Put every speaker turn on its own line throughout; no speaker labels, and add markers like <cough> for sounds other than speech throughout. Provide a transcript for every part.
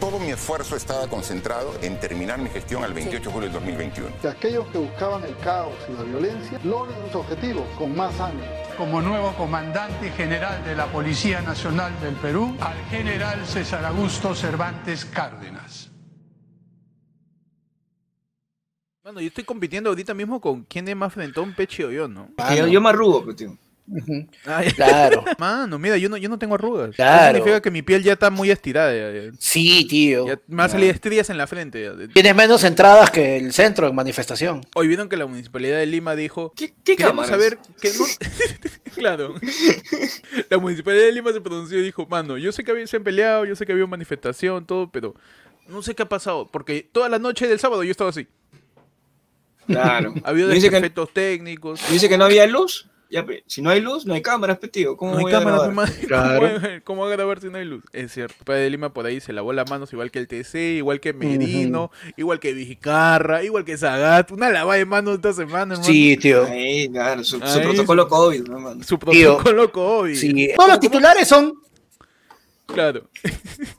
todo mi esfuerzo estaba concentrado en terminar mi gestión al 28 de julio del 2021.
De aquellos que buscaban el caos y la violencia logran sus objetivos con más ánimo.
Como nuevo comandante general de la Policía Nacional del Perú, al general César Augusto Cervantes Cárdenas.
Bueno, yo estoy compitiendo ahorita mismo con quién es más frentón, Peche o yo, ¿no?
Ah,
yo, yo me arrugo, pues, tío.
Ay, <laughs>
Claro,
Mano, mira, yo no, yo no tengo arrugas.
Claro.
Eso significa que mi piel ya está muy estirada. Ya, ya-
sí, tío.
ya me van a salir estrías en la frente. ya.
Tienes menos entradas que el centro en manifestación.
Hoy vieron que la municipalidad de Lima dijo.
<laughs> ¿Qué, qué
Queremos
cámaras?
saber. Queremos... <laughs>
<laughs>
claro. La municipalidad de Lima se pronunció y dijo: Mano, yo sé que había- se han peleado, yo sé que había una manifestación, todo, pero no sé qué ha pasado. Porque toda la noche del sábado yo estaba así.
<laughs> Claro.
Ha habido
Me dice, que, me
desperfectos técnicos.
dice que no había luz. Ya, pe, si no hay luz, no hay cámaras, pe, tío. ¿Cómo
No hay
voy a
cámaras,
grabar?
mi madre.
Claro.
¿Cómo, voy a- cómo voy a grabar si no hay luz? Es cierto. El padre de Lima por ahí se lavó las manos igual que el TC, igual que Merino, igual que Vijicarra, igual que Zagat. Una lavada de manos esta semana, hermano.
Sí, tío.
Ahí, claro, su, su
Ahí.
protocolo COVID, ¿no, mano?
Su
Tío.
protocolo COVID.
Sí. Todos los titulares son.
Claro. <laughs>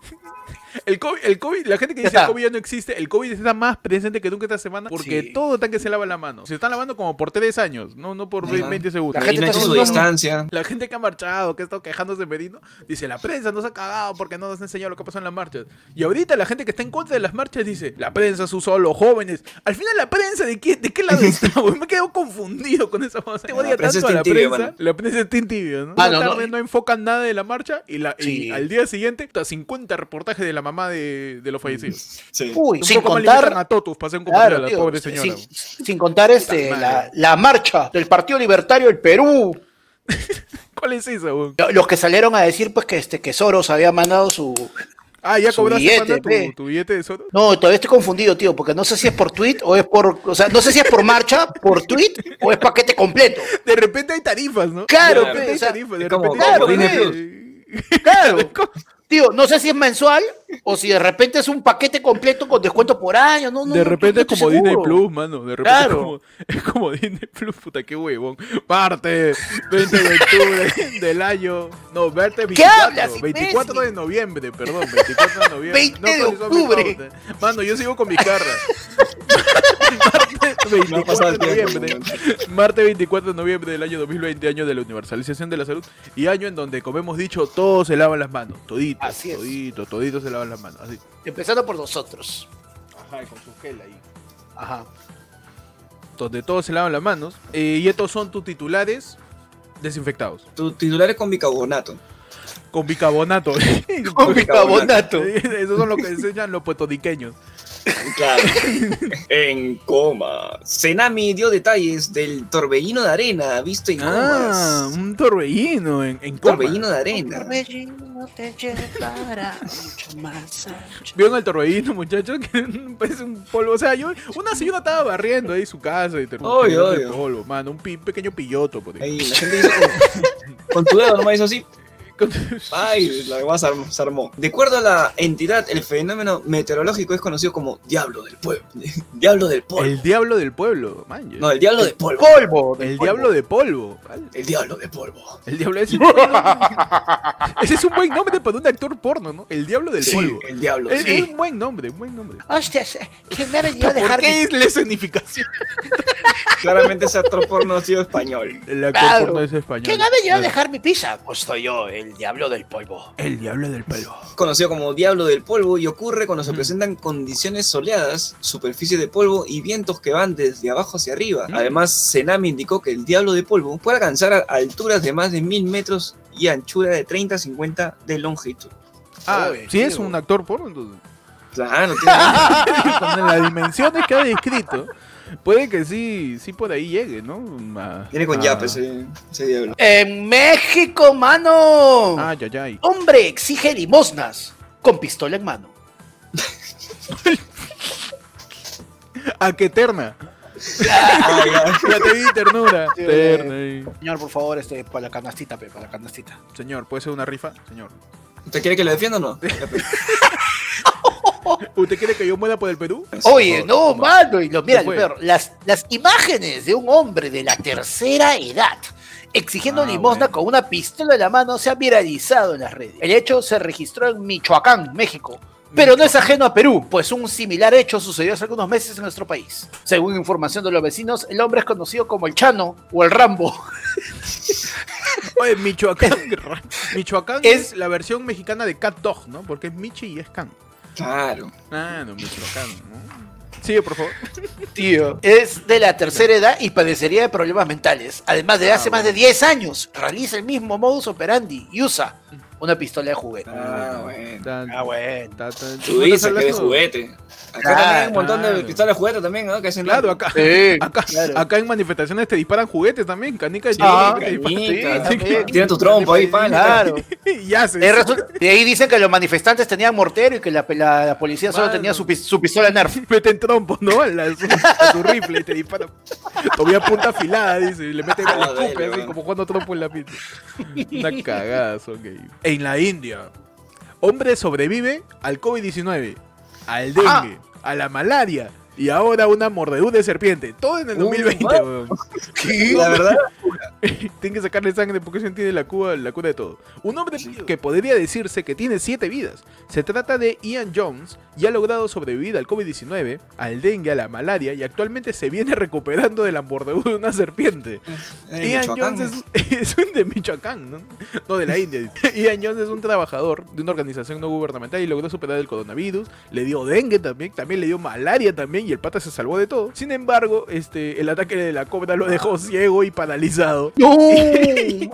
El COVID, el COVID, la gente que
Ya
dice el
está.
COVID ya no existe, el COVID está más presente que nunca esta semana porque
Sí.
todo está que se lava la mano. Se están lavando como por tres años, no, no por
Ajá.
20 segundos.
La
Ahí
gente
no hay
está
su
haciendo-
distancia.
La gente que ha marchado, que ha estado quejándose de Merino, dice, la prensa nos ha cagado porque no nos ha enseñado lo que pasó en las marchas. Y ahorita la gente que está en contra de las marchas dice, la prensa se usó a los jóvenes. Al final la prensa, ¿de qué, de qué lado está? güey? Me quedo confundido con esa cosa. Te odia
prensa
tanto
es
a la
team tibio,
prensa.
mano.
La prensa es team tibio, ¿no?
Ah,
La
no,
tarde no,
no.
enfocan nada de la marcha y, la, y
Sí.
al día siguiente, puta, 50 reportajes de la mamá de, de los fallecidos.
Sí.
Un
Uy, Mm, sin
poco más limitan
contar.
a Totus, pasé un comercial a
Claro,
la
tío,
pobre
sin-
señora.
sin, sin contar este, la, la marcha del Partido Libertario del Perú.
¿Cuál es esa, güey?
Lo- Los que salieron a decir pues que este que Soros había mandado su.
Ah, ya
Su
cobraste
billete,
pana, tu-
pe.
tu billete de Soto.
No, todavía estoy confundido, tío, porque no sé si es por tweet o es por. O sea, no sé si es por marcha, por tweet o es paquete completo.
De repente hay tarifas, ¿no?
Claro,
de repente
pe,
hay
o sea,
tarifas, de
es como-
repente
claro,
hay tarifas.
<laughs> Claro. Tío, no sé si es mensual o si de repente es un paquete completo con descuento por año. No, no,
De
no,
repente
no
es
estoy
como Disney
seguro.
Plus, mano. De repente
Claro.
es, como, <laughs> es como Disney Plus, puta, qué huevón. Parte 20 de octubre del año. No, verte 24.
hablas,
24 de
imbécil?
noviembre, perdón, 24 de noviembre.
20
No, pues,
de
¿cuáles son mis
octubre.
pautas? Mano, yo sigo
<laughs>
con mi carra. Martes
No ha
24
pasado el
de
tiempo,
noviembre. Martes 24 de noviembre del año 2020, año de la universalización de la salud y año en donde, como hemos dicho, todos se lavan las manos. Toditos,
Así es.
toditos, toditos se lavan las manos. Así.
Empezando por nosotros.
Ajá, con su gel ahí.
Ajá.
donde todos se lavan las manos. eh, y estos son tus titulares desinfectados.
Tu titular es con bicarbonato.
Con bicarbonato. <laughs>
Con
bicarbonato.
bicarbonato.
Esos son los que enseñan los puertorriqueños.
Claro. <laughs> en coma. Senami dio detalles del torbellino de arena visto en
Ah,
comas.
un torbellino en, en coma.
Torbellino de arena.
no te llevará mucho más ancho.
¿Vieron el torbellino, muchachos? <laughs> Que parece un polvo. O sea, yo, una señora estaba barriendo ahí su casa y te
Obvio,
lleno de
obvio.
polvo, mano. Un, pi- pequeño pues, pilloto por ahí.
Ahí, la gente hizo con, con tu dedo, nomás hizo así. Ay, la demás se armó, se armó. De acuerdo a la entidad, el fenómeno meteorológico es conocido como diablo del pueblo. <laughs> diablo del polvo.
El diablo del pueblo, man.
No, el diablo de polvo.
Polvo.
el diablo de polvo. vale.
El diablo de polvo.
El diablo es un <laughs> buen nombre. Ese es un buen nombre para un actor porno, ¿no? El diablo del polvo.
el diablo.
Es,
sí.
es un buen nombre, un buen nombre.
Hostias, que me ha venido a
¿Por
dejar mi
qué es la escenificación?
Claramente ese actor porno ha sido español.
El actor porno es español.
¿Quién ha venido a dejar mi pizza? Pues soy yo, el diablo del polvo.
El diablo del polvo.
conocido como diablo del polvo y ocurre cuando se
Ujú.
presentan condiciones soleadas, superficie de polvo y vientos que van desde abajo hacia arriba.
Mm.
Además, Senami indicó que el diablo de polvo puede alcanzar a- alturas de más de 1000 metros y anchura de 30 a 50 de longitud.
Ah,
Oye,
si es
tío.
un actor porno, entonces. <laughs>
Claro, tiene-
Con las dimensiones que ha descrito, puede que sí, sí por ahí llegue, ¿no? A-
tiene con
a-
yapes ese, ese diablo.
En México, mano.
Ay, ay, ay.
Hombre exige limosnas con pistola en mano.
Ah, qué terna.
Ah,
Ya te vi ternura.
Sí.
Terna. ahí.
Señor, por favor, este, para la canastita, pe, para la canastita.
Señor, ¿puede ser una rifa? Señor.
¿Usted quiere que lo defienda o no? Ya, pues,
¿Usted quiere que yo muera por el Perú?
Oye,
Por
no,
favor, toma.
mano, y lo, mira,
¿Qué
lo
fue?
peor, las, las imágenes de un hombre de la tercera edad exigiendo
Ah,
limosna
bueno.
con una pistola en la mano se ha viralizado en las redes. El hecho se registró en Michoacán, México, Pero no es ajeno a Perú, pues un similar hecho sucedió hace algunos meses en nuestro país. Según información de los vecinos, el hombre es conocido como el Chano o el Rambo.
<laughs> Oye, Michoacán. Michoacán
Es-
es, la versión mexicana de Cat Dog, ¿no? Porque es Michi y es Can.
Claro.
Ah, no, Michoacán. ¿no? Sigue, por favor.
Tío, es de la tercera edad y padecería de problemas mentales. Además
Ah,
de hace más de 10 años, realiza el mismo modus operandi y usa una pistola de juguete.
Ah, bueno.
Ah, bueno.
Tú dices que de juguete. Acá
Claro,
también hay un montón de
claro.
pistolas de juguete también, ¿no? Que hacen
Claro, acá,
Sí,
acá,
claro.
acá en manifestaciones te disparan juguetes también, canica de
Ah,
chicle, te disparan-
canica.
Así que- <laughs>
Tiene tu trompo ahí, pan.
Claro.
y haces.
Eh, resulta- De ahí dicen que los manifestantes tenían mortero y que la, la- la policía solo
Mano.
tenía su, pis- su pistola Nerf.
<laughs> meten trompo, ¿no? A, la- a su, a su rifle y te disparan. Todavía punta afilada, dice. Y le meten el
Joder,
escupe, así
weón.
como jugando trompo en la pinta. Una cagada, son gay. En la India, hombre sobrevive al COVID-19, al dengue, a la malaria y ahora una mordedura de serpiente. Todo en el
Uy,
2020,
what?
weón.
La verdad,
<laughs> Tienen que sacarle sangre porque se tiene la cura, la cura de todo. Un hombre que podría decirse que tiene siete vidas. Se trata de Ian Jones y ha logrado sobrevivir al COVID-19, al dengue, a la malaria y actualmente se viene <laughs> recuperando de la mordedura de una serpiente.
en
Ian
Michoacán,
Jones es, <laughs> es un de Michoacán, ¿no? No, de la India. dice. Ian Jones es un trabajador de una organización no gubernamental y logró superar el coronavirus. Le dio dengue también, también le dio malaria también y el pata se salvó de todo. Sin embargo, este, el ataque de la cobra lo dejó ciego y paralizado. <laughs> Y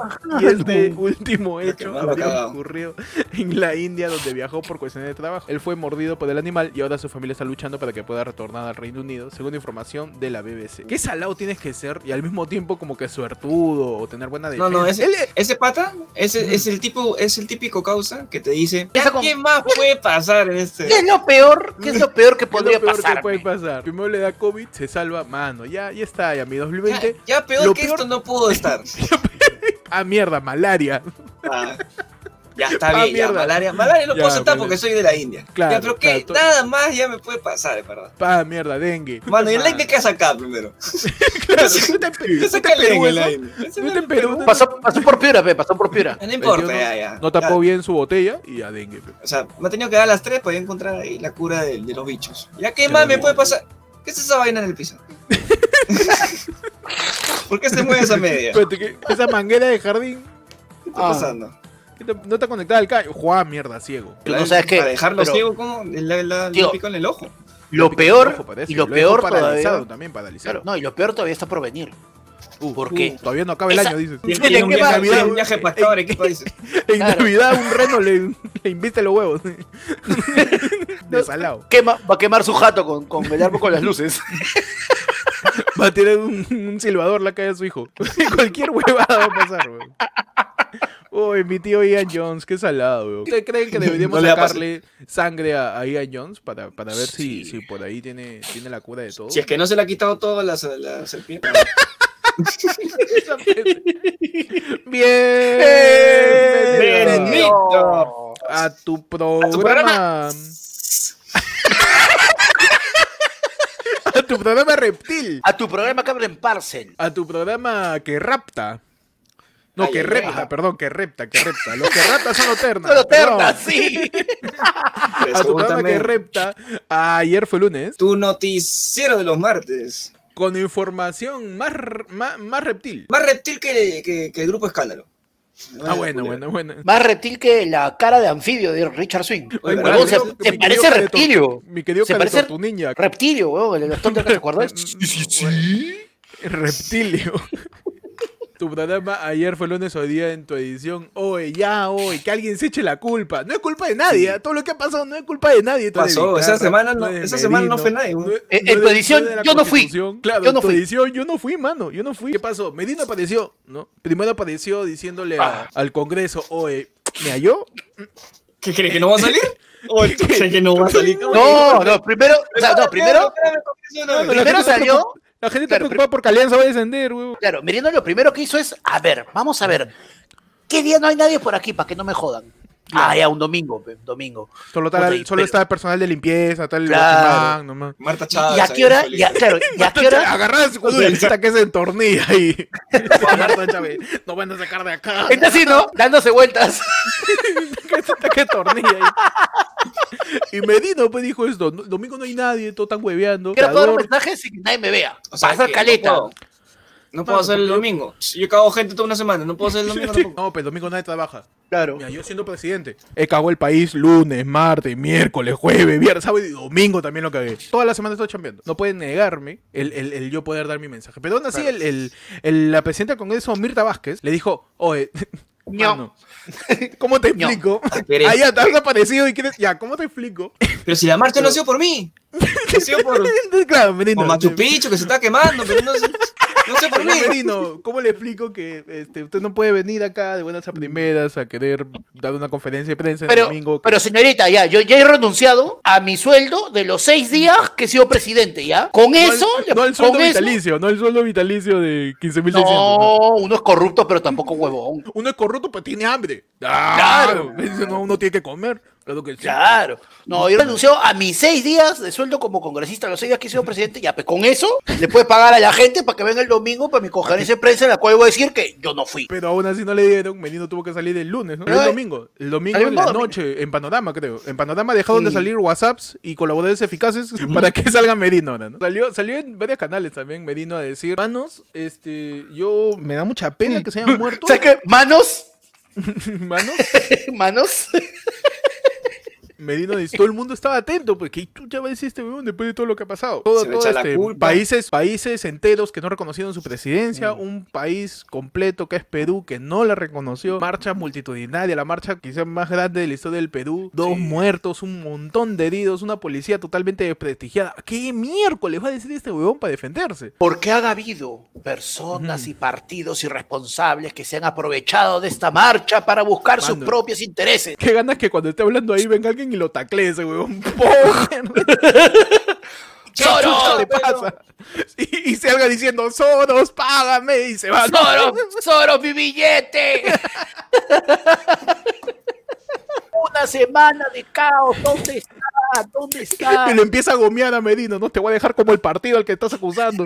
este último hecho
que más lo
habría
cagado.
ocurrido en la India, donde viajó por cuestiones de trabajo. Él fue mordido por el animal y ahora su familia está luchando para que pueda retornar al Reino Unido, según información de la BBC. ¿Qué salado tienes que ser y al mismo tiempo como que suertudo o tener buena defensa?
No, no, ese,
Él-
ese pata es, es el tipo, es el típico causa que te dice
Esa
"Ya,
con-
¿Qué más puede pasar en este?
¿Qué es lo peor? ¿Qué
<laughs>
es lo peor que
¿qué es
podría
lo peor que
pasar?
puede pasar? Primero le da COVID, se salva, mano, ya, ya está, ya mi
Ya,
2020.
ya peor
Lo
que
peor-
esto no puedo
<laughs>
estar.
Ah, mierda, malaria. <laughs>
Ah, ya está
Ah,
bien, ya,
mierda.
malaria. Malaria lo
Ya,
puedo soltar
malaria.
porque soy de la India.
Claro,
ya, pero que
claro, to-
nada más ya me puede pasar, es verdad.
Pa, mierda, dengue.
Mano, ¿y el
Mano,
dengue qué has sacado primero?
<laughs> claro, ¿tú te-
¿Qué
tú te
saca el dengue
Perú,
en la
eso?
India? Ese
¿Tú
no
te
es
Perú?
Perú.
Pasó, pasó por piura, pe, pasó por piura.
No importa,
21,
ya, ya.
No
Ya.
tapó bien su botella y a dengue. pe.
O sea, me ha tenido que dar las tres para yo encontrar ahí la cura de, de los bichos. Ya qué
Qué
más me
bonito.
puede pasar. ¿Qué es esa vaina en
<laughs>
el piso? ¿Por qué se mueve esa media? ¿Qué
Espérate, ¿qué? esa manguera de jardín
está
Ah,
pasando?
¿qué te- no está conectada al caño. Juan, mierda, ciego.
Tú no sabes qué,
Para dejarlo
Pues,
pero-
ciego, ¿cómo? La, la,
Tío.
pico en el ojo.
Lo
Pica el
peor
ojo, parece.
y lo
Lo dejó
peor
paralizado
todavía.
también,
Claro,
paralizado.
no, y lo peor todavía está por venir.
Uh,
Porque
Todavía no acaba el
Esa-
año, dices.
¿De
Tiene
qué
un
va?
viaje,
Navidad,
tiene un viaje
en-
pastor, ¿qué país?
<laughs> En
Claro.
Navidad un reno le, le inviste los huevos. <laughs> Desalado.
quema- va a quemar su jato con, con el árbol con las luces.
<laughs> Va a tirar un, un silbador la calle de su hijo. <laughs> Cualquier huevada va a pasar, weón. Uy, mi tío Ian Jones, qué salado, weón. ¿Ustedes creen que
<laughs>
deberíamos
No le va a pasar.
sacarle sangre a, a Ian Jones para, para ver si, si por ahí tiene, tiene la cura de todo?
Si es que no se le ha quitado toda la,
<laughs>
la serpiente.
Bien.
¡Bienvenido!
A tu
tu programa.
programa. A tu programa reptil.
A tu programa que en Parcel.
A tu programa que rapta. No,
Ay,
que
ay,
repta,
ay.
perdón, que repta, que repta. Los que rapta son los ternas.
Solo terna,
perdón.
sí.
<laughs> A tu programa que
Pregúntame
repta. Ayer fue lunes.
tu noticiero de los martes.
Con información más, r- más, más reptil.
Más reptil que, que, que el grupo Escándalo.
Ah, bueno, bueno, bueno.
Más reptil que la cara de anfibio de Richard Swing.
Oye,
Huevón,
pero
se,
creo que
se
mi
parece
querido
reptilio.
Caleto- Mi querido
Se
Caleto,
parece-
tu niña.
Reptilio, weón, el actor del que
<laughs>
te acuerdas.
Mm, Reptilio. <laughs> Tu programa ayer fue lunes hoy día en tu edición. Oye, ya, oye, que alguien se eche la culpa. No es culpa de nadie, ¿ah? todo lo que ha pasado no es culpa de nadie. Tú eres
Pasó, esa
Vizcarra,
semana no-
tú eres
esa semana no fue nadie, güey.
es-
En- en
es-
tu edición,
es de la
yo no fui.
Constitución. Claro,
Yo
en
no
tu
fui.
edición yo no fui, mano, yo no fui. ¿Qué pasó? Medina apareció, ¿no? Primero apareció diciéndole a- al Congreso, oye, ¿me halló?
¿Qué crees que no va a <laughs> salir? ¿O tú Oh, crees que no va a salir?
No, no, primero, o sea, no, primero,
la
primero
gente está
salió.
La gente está
Claro,
preocupada porque Alianza va a descender, weón.
Claro, Merino lo primero que hizo es, a ver, vamos a ver, ¿qué día no hay nadie por aquí para que no me jodan? Ah, ya, un domingo, pe, domingo.
Solo, está,
Puta, y-
solo
pero-
está el personal de limpieza, tal el
Claro.
guachimán, nomás.
Marta Chávez.
¿Y a qué hora? Ya, claro,
<laughs>
¿y a qué hora?
Agarrás con una lista que se entornilla <laughs> ahí. <laughs> Marta Chávez, no van a sacar de acá. <laughs>
Está así, ¿no? Dándose vueltas.
Está que tornilla ahí. Y Medino pues dijo esto, "No, domingo no hay nadie, todo tan hueveando.
Quiero todos los
Cador-
mensajes sin que nadie me vea.
O sea,
Pasar
que
caleta.
No puedo, no puedo hacer el domingo. Yo cago gente toda una semana, no puedo hacer
<laughs>
el domingo tampoco.
No, pero domingo nadie trabaja.
Claro.
Mira, yo siendo presidente, he cagado el país lunes, martes, miércoles, jueves, viernes, sábado y domingo también lo cagué. Toda la semana estoy chambeando. No pueden negarme el, el- el yo poder dar mi mensaje. Pero aún así, el, el- el- la presidenta del Congreso, Mirta Vázquez, le dijo,
<laughs>
oye, <laughs>
Ño.
mano, ¿cómo te
Ño. <laughs>
explico?
Pero-
Ah, ya, te has desaparecido y quieres... Ya, ¿cómo te explico?
Pero si la marcha no ha sido por mí, ha sido
<laughs>
por,
claro, Merino. este,
por Machu Picchu que se está quemando, pero no, sé- no sé
<laughs>
por
Señor
mí.
Merino, ¿cómo le explico que este, usted no puede venir acá de buenas a primeras a querer dar una conferencia de prensa el
Pero,
este domingo?
pero señorita, ya, yo ya he renunciado a mi sueldo de los seis días que he sido presidente, ¿ya? Con
No al-
eso.
no el sueldo
con eso-
vitalicio, no el sueldo vitalicio de 15.600.
No,
No.
uno es corrupto, pero tampoco huevón.
Uno es corrupto, pero tiene hambre.
Claro.
Dice, no, uno tiene que comer. Claro que sí.
Claro. No, yo renunció a mis seis días de sueldo como congresista, los seis días que he sido presidente, ya, pues con eso le puede pagar a la gente para que venga el domingo para mi conferencia de prensa en la cual voy a decir que yo no fui.
Pero aún así no le dieron. Menino tuvo que salir el lunes, ¿no?
Pero
el
hay-
domingo. El domingo
hay un
en la
modo,
noche, en Panorama, creo. En Panorama dejaron de salir WhatsApps y colaboradores eficaces para que salga Merino ahora, ¿no? Salió, salió en varios canales también Merino a decir, manos, este, yo me da mucha pena que se <laughs> hayan muerto.
O sea que, manos, <laughs>
<laughs> manos.
manos.
Merino dice, todo el mundo estaba atento, porque tú ya ves este weón después de todo lo que ha pasado. Todo,
Se le
todo,
echa la
este,
culpa. Mm.
países, países enteros que no reconocieron su presidencia, un país completo que es Perú que no la reconoció, marcha multitudinaria, la marcha quizás más grande de la historia del Perú, dos muertos, un montón de heridos, una policía totalmente desprestigiada. ¿Qué miércoles va a decir este weón para defenderse?
Porque ha habido personas y partidos irresponsables que se han aprovechado de esta marcha para buscar
Mano.
sus propios intereses.
Qué ganas que cuando esté hablando ahí venga alguien y lo tacle ese <laughs> weón. ¡Pobre!
¡Soros!
¿Qué pasa? Y, y salga diciendo, Soros, págame, y se va. ¿no?
¡Soros! ¡Soros, mi
<laughs>
billete! Una semana de caos. ¿Dónde está? ¿Dónde
<laughs>
está?
Y lo empieza a gomear a Medino, ¿no? Te voy a dejar como el partido al que estás <laughs> acusando.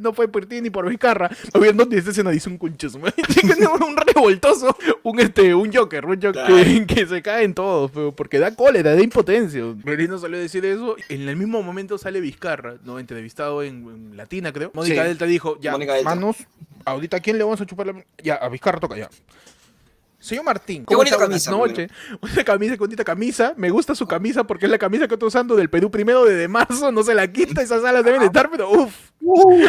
no fue por ti ni por Vizcarra. A ver, ¿dónde está ese nariz? Un conchazo, <laughs> man. Un revoltoso. Un, este, un Joker, un Joker que, que se cae en todo, pero porque da cólera, da impotencia. Medino salió a decir eso. En el mismo momento sale Vizcarra, ¿no? Entrevistado en, en Latina, creo. Mónica
Sí.
Delta dijo, ya,
Mónica Delta.
manos, ahorita ¿a quién le vamos a chupar la... mano? Ya, a Vizcarra toca, ya. Señor Martín,
Qué
¿cómo
bonita
está? Buenas
camisa,
noches. Una camisa, qué bonita camisa. Me gusta su camisa porque es la camisa que estoy usando del Perú primero de marzo. No se la quita, esas alas deben de estar, pero uff.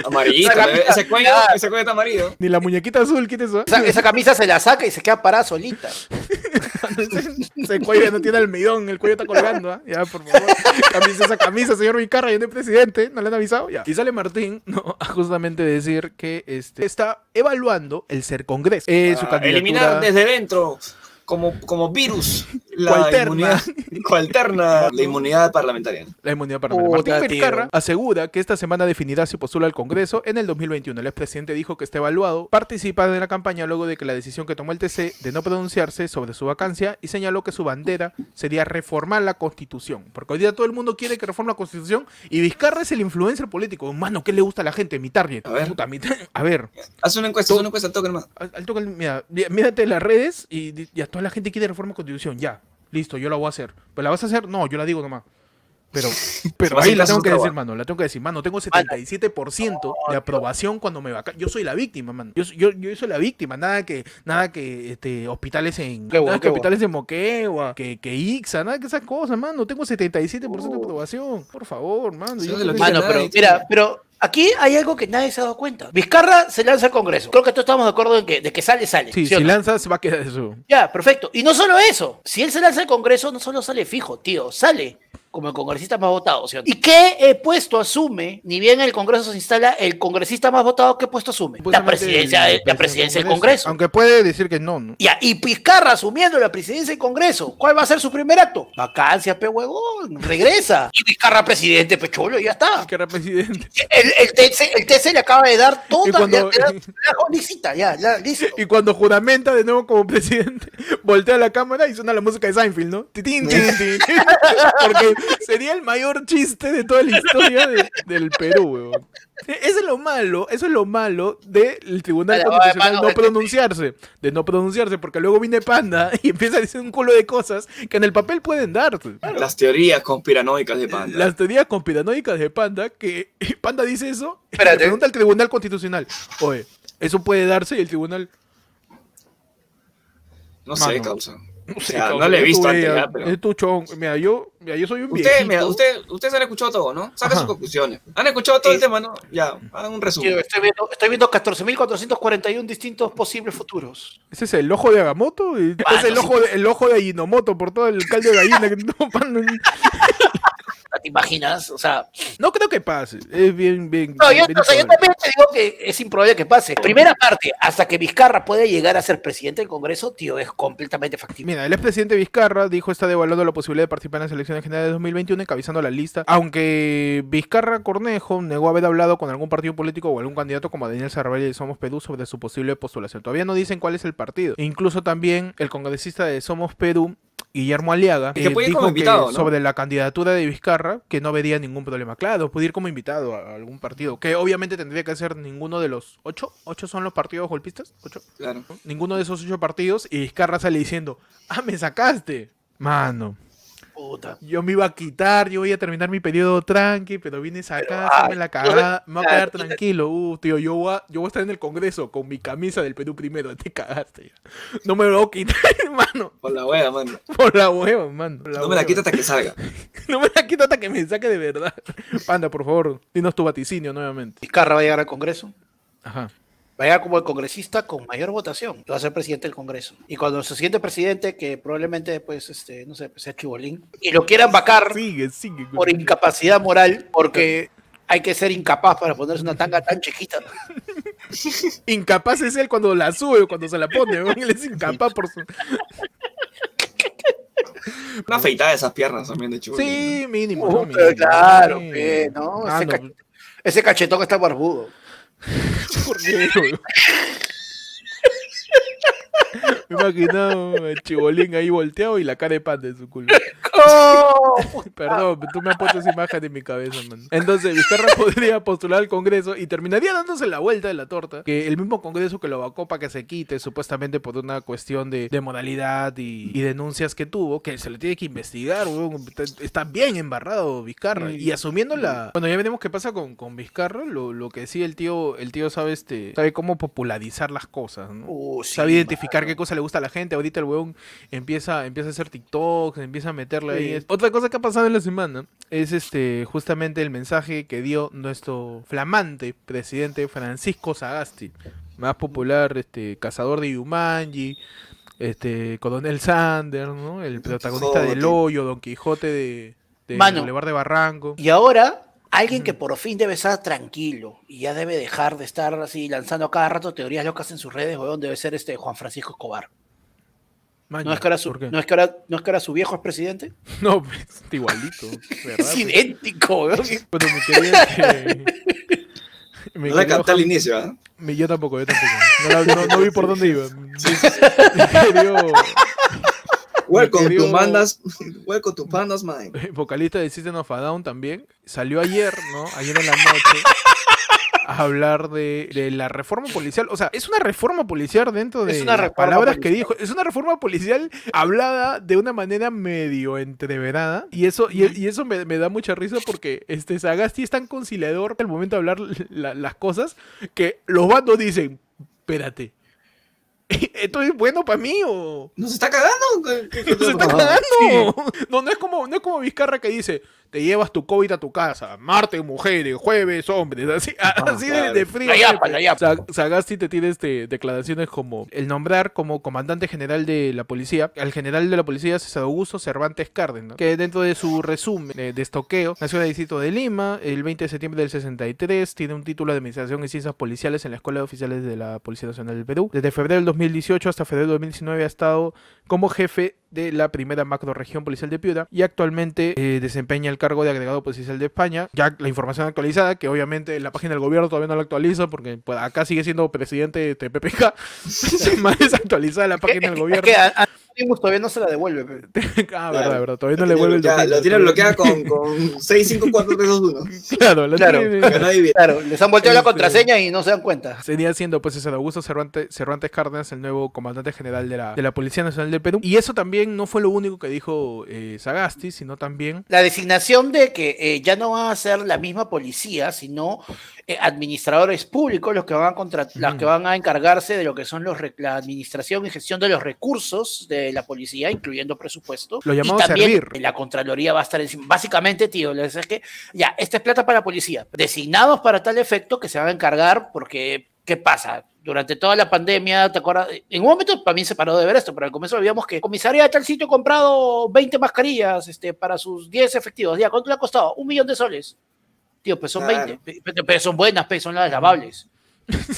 Amarillito, bebé. ese cuello, ese cuello está amarillo.
Ni la muñequita azul, ¿quién es eso?
Esa, esa camisa se la saca y se queda parada solita.
Ese cuello ya no tiene almidón, el cuello está colgando. ¿ah? Ya, por favor. Camisa esa camisa, señor Vicarra, yo no soy presidente, no le han avisado. Ya. Y sale Martín, no, a justamente decir que este, está evaluando el ser Congreso. Eh, su
Ah,
candidatura-
eliminar desde dentro, como, como virus, la
Coalterna. <laughs>
inmunidad. coalterna la inmunidad parlamentaria.
La inmunidad parlamentaria.
Puta,
Martín
tío.
Vizcarra asegura que esta semana definirá si postula al Congreso en el 2021. El expresidente dijo que está evaluado, participa de la campaña luego de que la decisión que tomó el TC de no pronunciarse sobre su vacancia y señaló que su bandera sería reformar la Constitución. Porque hoy día todo el mundo quiere que reforme la Constitución y Vizcarra es el influencer político. Mano, ¿qué le gusta a la gente? Mi target.
A ver.
Puta, mi tar- A ver.
Haz una encuesta, haz una encuesta, toque nomás.
Al- al toque, mira, mira, mírate las redes y di- ya toda la gente quiere reforma constitución, ya. Listo, yo la voy a hacer. ¿Pero la vas a hacer? No, yo la digo nomás. Pero, pero
Vas a
ahí
ir
la
a
tengo que
hacer
decir,
trabajo.
mano. La tengo que decir, mano. Tengo 77% de aprobación cuando me vaca. Yo soy la víctima, mano. Yo, soy- yo, yo soy la víctima. Nada que, nada que este, hospitales en.
Qué bueno,
nada que
qué bueno.
hospitales en Moquegua, que, que Ixa, nada que esas cosas, mano. Tengo 77% de aprobación. Por favor, mano.
Sí,
Yo
de lo
creo que-
que-
Mano, pero mira, pero aquí hay algo que nadie se ha dado cuenta. Vizcarra se lanza al Congreso. Creo que todos estamos de acuerdo en que de que sale, sale.
Sí,
¿sí o
si
no?
lanzas, va a quedar eso.
Ya, perfecto. Y no solo eso, si él se lanza al Congreso, no solo sale fijo, tío, sale como el congresista más votado. ¿sí o no? ¿Y qué eh, puesto asume? Ni bien el Congreso se instala, el congresista más votado, ¿qué puesto asume? La
Supuestamente
presidencia,
el-
de- la presidencia del Congreso.
Pues, Aunque puede decir que no, ¿no?
Ya, y Pizcarra asumiendo la presidencia del Congreso, ¿cuál va a ser su primer acto? Vacancia, pe huevón, regresa. <laughs> Y Pizcarra presidente, pecholo, ya está.
Que era presidente.
El, el, TC, el TC le acaba de dar
Y
toda
cuando-
<laughs> le- le da- le da- lisita, ya, ya, listo.
Y cuando juramenta de nuevo <laughs> como presidente, voltea la cámara y suena la música de Seinfeld, ¿no? Titín, <laughs> tin, tin. Porque Sería el mayor chiste de toda la historia de- del Perú, weón. E-, Eso es lo malo, eso es lo malo del Tribunal
Pero,
Constitucional
hermano,
no
este-
pronunciarse, de no pronunciarse, porque luego viene Panda <laughs> y empieza a decir un culo de cosas que en el papel pueden dar. pues.
Las teorías conspiranoicas de Panda.
Las teorías conspiranoicas de Panda, que <laughs> Panda dice eso, y le
Espérate.
pregunta al Tribunal Constitucional, oye, eso puede darse y el Tribunal...
No sé,
Mano.
causa. O sea, Ah, no le he visto antes
Oye,
ya, pero.
Es tu chon, mira, yo, mira, yo soy un
Ustedes, mira,
viejito.
usted, ustedes han escuchado todo, ¿no? Saca
Ajá.
sus conclusiones. ¿Han escuchado todo el
Sí.
tema, no? Ya, hagan un
Tío,
resumen.
estoy viendo, estoy viendo 14.441 distintos posibles futuros.
Ese es el ojo de Agamotto. y-
Ah,
es el
no,
ojo, de, el ojo de Ajinomoto por todo el caldo de gallina. que <laughs> no, pan, no-
¿Te imaginas? O sea,
no creo que pase. Es bien, bien.
no, yo,
bien
o sea, yo
improbable.
también te digo que es improbable que pase. Primera parte, hasta que Vizcarra pueda llegar a ser presidente del Congreso, tío, es completamente factible.
Mira, el expresidente Vizcarra dijo está devaluando la posibilidad de participar en las elecciones generales de 2021 encabezando la lista, aunque Vizcarra Cornejo negó haber hablado con algún partido político o algún candidato como Daniel Sarabia de Somos Perú sobre su posible postulación. Todavía no dicen cuál es el partido. Incluso también el congresista de Somos Perú Guillermo Aliaga eh,
Que puede ir
dijo
como invitado,
que
¿no?
sobre la candidatura de Vizcarra que no vería ningún problema. Claro, puede ir como invitado a algún partido, que obviamente tendría que ser ninguno de los ocho. ¿Ocho son los partidos golpistas? ¿Ocho?
Claro.
ninguno de esos ocho partidos y Vizcarra sale diciendo, ah, me sacaste. Mano,
Puta.
yo me iba a quitar, yo voy a terminar mi periodo tranqui, pero vienes acá,
ah,
ay,
hazme la cagada, me voy a quedar
ay,
tranquilo. Uh, tío, yo voy, a, yo voy a estar en el Congreso con mi camisa del Perú primero, <laughs> te cagaste. No me lo voy a quitar, <laughs> hermano,
Por la wea, mano.
por la hueva, mano. por
No me la
hueva.
quita hasta que
<laughs>
salga.
No me la quito hasta que me saque de verdad. Panda, por favor, dinos tu vaticinio nuevamente.
Vizcarra va a llegar al Congreso.
Ajá.
Va a llegar como el congresista con mayor votación. Va a ser presidente del Congreso. Y cuando se siguiente presidente, que probablemente después, este, no sé, pues, sea Chibolín, y lo quieran vacar
Sigue, sigue.
por incapacidad moral, porque hay que ser incapaz para ponerse una tanga tan chiquita.
Incapaz es él cuando la sube o cuando se la pone. <laughs> ¿no? Él es incapaz por su...
Una afeitada de esas piernas también, de chulo.
Sí, mínimo.
Uh,
¿no?
pero
Mínimo,
claro,
sí.
pe, ¿no?
Ah,
Ese,
no,
cachetón, ese cachetón está barbudo.
¿por qué, weón? Me imaginaba el chibolín ahí volteado y la cara de panda en su culo. <laughs> Perdón, pero tú me has puesto esa imagen en mi cabeza, man. Entonces, Vizcarra <laughs> podría postular al Congreso y terminaría dándose la vuelta de la torta. Que el mismo Congreso que lo vacó para que se quite, supuestamente por una cuestión de, de moralidad y, y denuncias que tuvo, que se le tiene que investigar, weón. Está, está bien embarrado Vizcarra. Y asumiendo la. Bueno, ya veremos qué pasa con, con Vizcarra. Lo, lo que sí, el tío, el tío sabe este. Sabe cómo popularizar las cosas, ¿no?
Uh, sí,
sabe identificar qué cosa le gusta a la gente. Ahorita el weón empieza, empieza a hacer TikToks, empieza a meterle ahí.
Sí.
Otra cosa que ha pasado en la semana es este justamente el mensaje que dio nuestro flamante presidente Francisco Sagasti, más popular este cazador de Yumanji, este coronel Sanders, ¿no? El protagonista del
Quijote.
hoyo, Don Quijote de, de
Mano.
Boulevard de Barranco.
Y ahora, alguien que por fin debe estar tranquilo y ya debe dejar de estar así lanzando a cada rato teorías locas en sus redes, weón, debe ser este Juan Francisco Escobar. ¿No
Maña,
es que ahora su,
¿por qué?
no es que ahora, no es que ahora su viejo es presidente?
<laughs> No, pues, está igualito.
<laughs>
¿verdad? Pues,
Es idéntico, weón.
Pero mi querido, este,
<laughs>
mi
No la
querido
canté al
Juan-
inicio, ¿ah?
Mi- Yo tampoco, yo tampoco. No, la- no- no vi por dónde iba. <laughs> Mi querido
Welcome
querido-
to Pandas. Welcome to Pandas, man.
<laughs> vocalista de System of a Down también salió ayer, ¿no? Ayer en la noche a hablar de, de la reforma policial. O sea, es una reforma policial dentro de
Es una
las
reforma
palabras que
policial.
dijo. Es una reforma policial hablada de una manera medio entreverada. Y eso, y, y eso me, me da mucha risa porque este Sagasti es tan conciliador al momento de hablar la- las cosas que los bandos dicen, espérate. <laughs> ¿Esto es bueno para mí o,
¿Nos está cagando? ¿Qué- qué- qué-
<laughs> se
<laughs>
está cagando. No, no es como, no es como Vizcarra que dice, te llevas tu COVID a tu casa, martes mujeres, jueves hombres, así, <laughs> así de- de,
claro.
frío.
Ah, La yapa,
jefe.
la yapa.
Sa- Sagasti te tiene este, declaraciones como el nombrar como comandante general de la policía al general de la policía César Augusto Cervantes Cárdenas, que dentro de su resumen de, de estoqueo nació en el distrito de Lima el 20 de septiembre del 63, tiene un título de Administración y Ciencias Policiales en la Escuela de Oficiales de la Policía Nacional del Perú. Desde febrero del 2018 hasta febrero del 2019 ha estado como jefe de la primera macroregión policial de Piura y actualmente eh, desempeña el cargo de agregado policial de España. Ya la información actualizada, que obviamente en la página del gobierno todavía no la actualiza porque pues, <laughs> acá sigue siendo presidente de PPK. más desactualizada la página del
<laughs>
Es
gobierno.
que a- a- Anonymous todavía no se la devuelve. pe.
<laughs> Ah, verdad, verdad. Todavía no le vuelve el
bloqueada,
dominio.
Lo tiene bloqueada con, con 6, 5, 4, 3, 2, <laughs> 1.
<laughs> Claro, lo
Claro.
tiene.
Que nadie <laughs> viera.
Claro, les han volteado la
Este-
contraseña y no se dan cuenta.
Seguía siendo pues César Augusto Cervantes, Cervantes Cárdenas el nuevo comandante general de la, de la Policía Nacional del Perú. Y eso también no fue lo único que dijo eh, Sagasti, sino también
La designación de que eh, ya no va a ser la misma policía, sino eh, administradores públicos los que van a contra- las que van a encargarse de lo que son los rec- la administración y gestión de los recursos de la policía, incluyendo presupuesto.
Lo
Y
llamamos
también
servir.
La Contraloría va a estar encima. Básicamente, tío, les es que ya, esta es plata para la policía. Designados para tal efecto que se van a encargar porque, ¿qué pasa? Durante toda la pandemia, ¿te acuerdas? En un momento para mí se paró de ver esto, pero al comienzo veíamos que comisaría de tal sitio ha comprado 20 mascarillas este, para sus 10 efectivos. Ya, ¿cuánto le ha costado? Un millón de soles. Tío, pues son
Claro.
20. Pero, pero son buenas, pues, son las lavables.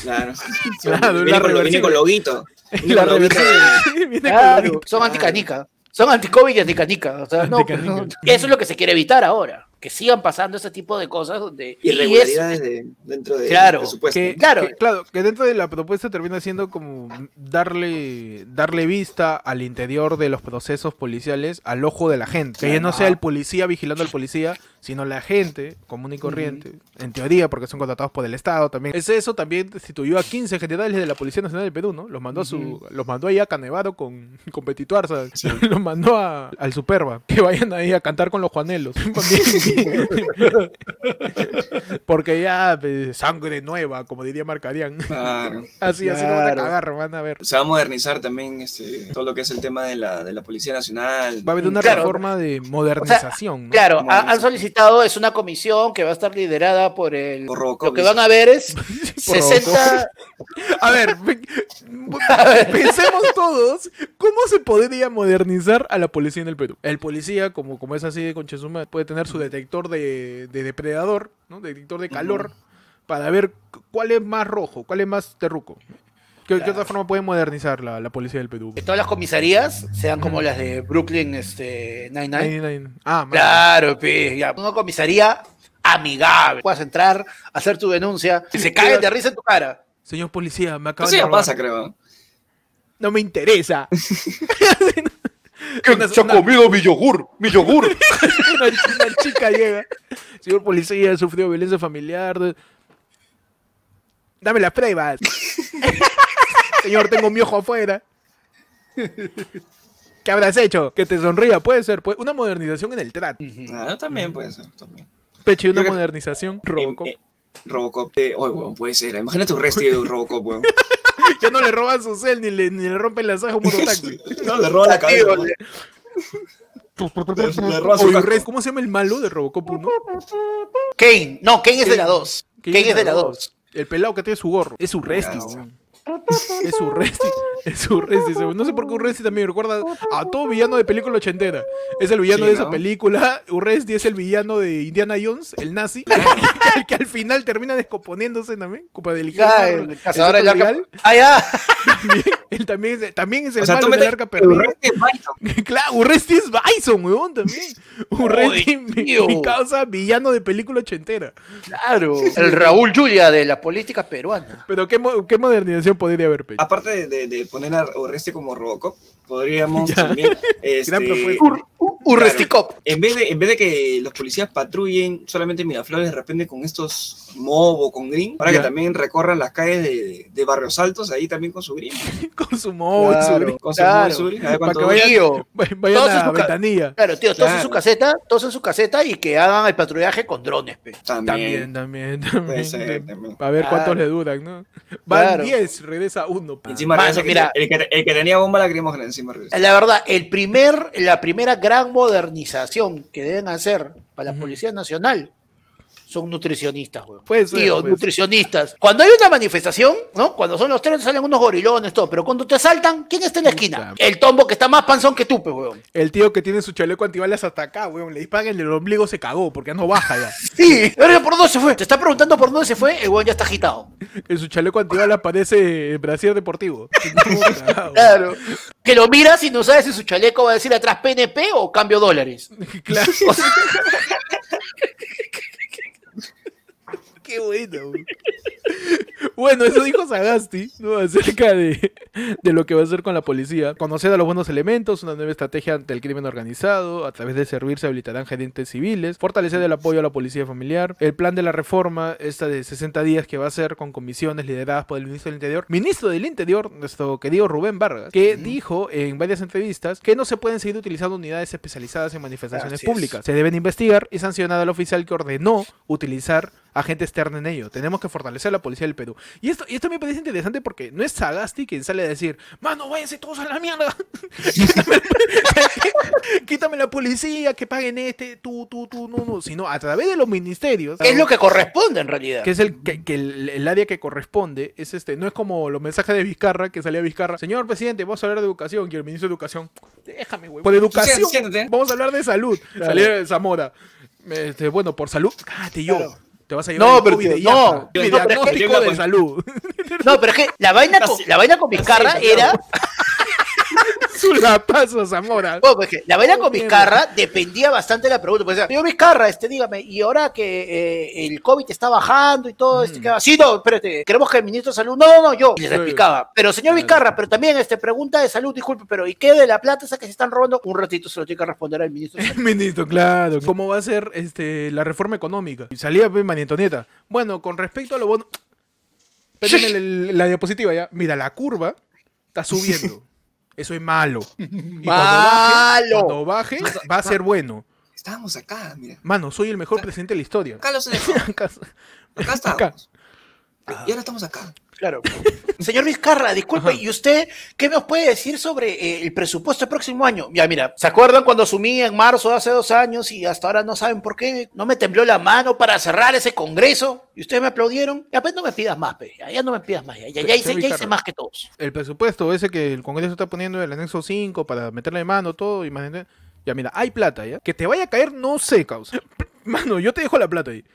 Claro.
Claro, <laughs>
viene,
la
con, lo- Ah, viene
reversible.
con loguito. Viene
la
con loguito.
reversible. <laughs> Viene con
Claro,
la-
son anticanica. Son anticovid y anticanica. O sea, no,
Anticanica.
pero- eso es lo que se quiere evitar ahora. Que sigan pasando ese tipo de cosas donde. y es-
Irregularidades de- dentro de
Claro.
presupuesto.
que,
claro.
que- claro, que dentro de la propuesta termina siendo como darle, darle vista al interior de los procesos policiales al ojo de la gente. Que ya no sea el policía vigilando al policía, sino la gente común y corriente. En teoría, porque son contratados por el Estado también. Es eso también destituyó a 15 generales de la Policía Nacional del Perú, ¿no? Los mandó a su, los mandó ahí a Canevaro con, <laughs> con Petituarza. <laughs> Los mandó a- al Superba. Que vayan ahí a cantar con los Juanelos. <laughs> También. Porque ya pues, sangre nueva, como diría Marcarián.
Claro.
Así, así lo van a
Claro.
cagar, van a ver.
Se va a modernizar también este, todo lo que es el tema de la, de la Policía Nacional.
Va a haber una
Claro.
reforma de modernización, ¿no?
Claro,
Como
ha-
dice.
han solicitado, es una comisión que va a estar liderada por el...
Por
lo
Robocop,
que
dice.
van a ver <laughs> es
<laughs> Por
60...
A ver, pe- pensemos todos, ¿cómo se podría modernizar a la policía en el Perú? El policía, como, como es así de Conchesuma, puede tener su detector de, de depredador, ¿no? Detector de calor, para ver cu- cuál es más rojo, cuál es más terruco. ¿Qué, qué otra forma puede modernizar la, la policía del Perú?
Que todas las comisarías sean como las de Brooklyn este, Nine-Nine.
99. Ah, más.
Claro, pe, ya. Una comisaría amigable. Puedas entrar, hacer tu denuncia, y se caguen de risa en tu cara.
Señor policía, me acaba
Eso
de
ya
robar.
pasa, creo.
No me
<laughs>
interesa. <laughs> Una-
Se ha
una-
comido mi yogur, mi yogur.
una, una chica llega. Señor policía, sufrió violencia familiar. Dame las
<laughs>
pruebas. Señor, tengo mi ojo afuera. ¿Qué habrás hecho? Que te sonría, puede ser. puede- Una modernización en el trato.
Ah, también puede ser. También.
Peche, una
Creo que-
modernización. Robocop.
Eh, eh, Robocop. Eh, oh, weón, puede ser. Imagínate un restio de Robocop, weón.
Ya no le roban su cel ni le, ni le rompen las ajas a un mototaxi.
No, le roba la cabeza.
Tío,
weón.
le-
Le, le roba su
Oye,
casco.
Res, ¿Cómo se llama el malo de Robocop 1?
Kane, no, Kane es de la 2. Kane es de la 2.
dos. El pelado que tiene su gorro. Es su resti.
Claro.
weón. Es su resti. Es su resti. weón. No sé por qué Urresti también me recuerda a todo villano de película ochentera. Es el villano
Sí,
de esa
¿no?
película. Urresti es el villano de Indiana Jones, el
<laughs>
nazi. <laughs> el que al final termina descomponiéndose también. Culpa del
Ya,
hierro,
el cazador
el
del arca.
Legal.
Ah, ya.
También- Él también es, también es el
O sea, tú
malo
me
del arca perdida.
Python.
<laughs> Claro, Urresti es Bison, weón, también. Urresti, <laughs> mi,
tío.
mi causa, villano de película ochentera.
Claro. El Raúl Julia de la política peruana.
Pero qué, mo- qué modernización podría haber, Pecho.
Aparte de, de- de poner a Oreste como Robocop,
<laughs>
podríamos también.
Gran
Este,
propuesta.
Urresticop.
en, vez de, en vez de que los policías patrullen solamente en Miraflores, de repente con estos Mobo, con Green, para
Ya.
que también recorran las calles de, de Barrios Altos, ahí también con su Green.
con su móvil, su
Claro.
gri-
Con su
Claro.
Mobo y su Green, a ver
Para
cuánto
que
dura.
vayan,
brillo.
va- vayan
Todos
a
sus ca-
ventanilla.
Claro, tío, todos en su
Claro.
caseta, todos en su caseta y que hagan el patrullaje con drones, pe.
También.
También, también,
Puede
también.
ser, también.
A ver cuántos
Claro.
le duran, ¿no? Van
Claro.
10, regresa uno. pa.
Encima
Mano,
regresa que-
mira.
el, que, el que tenía bomba lacrimógena encima regresa.
La verdad, el primer, la primera gran modernización que deben hacer para la Policía Nacional son nutricionistas, güey.
Puede ser,
Tío,
puede ser.
nutricionistas. Cuando hay una manifestación, ¿no? Cuando son los tres salen unos gorilones, todo, pero cuando te asaltan, ¿quién está en la esquina? El tombo que está más panzón que tú, pe, weón.
El tío que tiene su chaleco antibalas hasta acá, weón. Le disparan en el ombligo, se cagó, porque ya no baja ya.
Sí, pero ¿por dónde se fue? Te está preguntando por dónde se fue, el weón ya está agitado.
En su chaleco antibalas parece brasier
<laughs>
deportivo. Puta, weón.
Claro. <laughs> Que lo miras y no sabes si su chaleco va a decir atrás PNP o cambio dólares.
<laughs> Claro. Qué bueno. weón. Bueno, eso dijo Sagasti, ¿no? Acerca de, de lo que va a hacer con la policía. Conocer a los buenos elementos, una nueva estrategia ante el crimen organizado, a través de servir se habilitarán gerentes civiles, fortalecer el apoyo a la policía familiar, el plan de la reforma, esta de 60 días que va a ser con comisiones lideradas por el ministro del Interior. Ministro del Interior, nuestro querido Rubén Vargas, que dijo en varias entrevistas que no se pueden seguir utilizando unidades especializadas en manifestaciones
Así es.
públicas. Se deben investigar y sancionar al oficial que ordenó utilizar a gente externa en ello. Tenemos que fortalecer la policía del Perú. Y esto, y esto me parece interesante porque no es Sagasti quien sale a decir, mano, váyanse todos a la mierda. <laughs> quítame, quítame la policía, que paguen este, tú, tú, tú, no, no. Sino a través de los ministerios.
Que es lo que corresponde en realidad.
que es el, que, que el, el área que corresponde, es este, no es como los mensajes de Vizcarra, que salía Vizcarra, señor presidente, vamos a hablar de educación, y el ministro de educación, déjame, güey, por educación,
¿eh?
siéntate.
vamos a hablar de salud, salía de Zamora, este, bueno, por salud, cállate yo, te vas a llevar
No,
el
pero
COVID de
que-
Iafra.
no.
mi
No, pero-
diagnóstico de salud,
No, pero es que la
<laughs>
vaina con, la vaina con Vizcarra era.
su lapazo Zamora,
Bueno, pues que la vaina con
Oh, mierda.
Vizcarra dependía bastante de la pregunta. Pues, o sea, señor Vizcarra, este, dígame, y ahora que eh, el COVID está bajando y todo, este, que va- sí, no, espérate, queremos que el ministro de Salud, no, no, no, yo, y les
Mm. Sí.
explicaba. Pero, señor
Claro.
Vizcarra, pero también, este, pregunta de salud, disculpe, pero ¿y qué de la plata esa que se están robando? Un ratito se lo tiene que responder al ministro de Salud.
<laughs> Ministro, claro. ¿Cómo va a ser este, la reforma económica? Y salía pues, María Antonieta. Bueno, con respecto a lo bono. Espérenme el- el- la diapositiva ya. Mira, la curva está subiendo. Eso es malo. Y Cuando
¡Malo!
baje, cuando baje, va a ser bueno.
Estábamos acá, mira.
Mano, soy el mejor presidente de la historia.
Acá
<laughs>
los elefamos. Acá
Acá.
estábamos. Y ahora estamos acá.
Claro. <laughs> Señor Vizcarra, disculpe, ¿y usted qué nos puede decir sobre eh, el presupuesto del próximo año? Ya, mira, ¿se acuerdan cuando asumí en marzo de hace dos años y hasta ahora no saben por qué? ¿No me tembló la mano para cerrar ese congreso? ¿Y ustedes me aplaudieron? Ya, pues no me pidas más, pe, ya, ya no me pidas más, ya, ya, ya hice, ya hice más que todos.
El presupuesto ese que el Congreso está poniendo en el anexo 5 para meterle mano, todo. Y María Antonieta- ya, mira, hay plata, ¿ya? Que te vaya a caer, no sé, causa. <laughs> Mano, yo te dejo la plata ahí.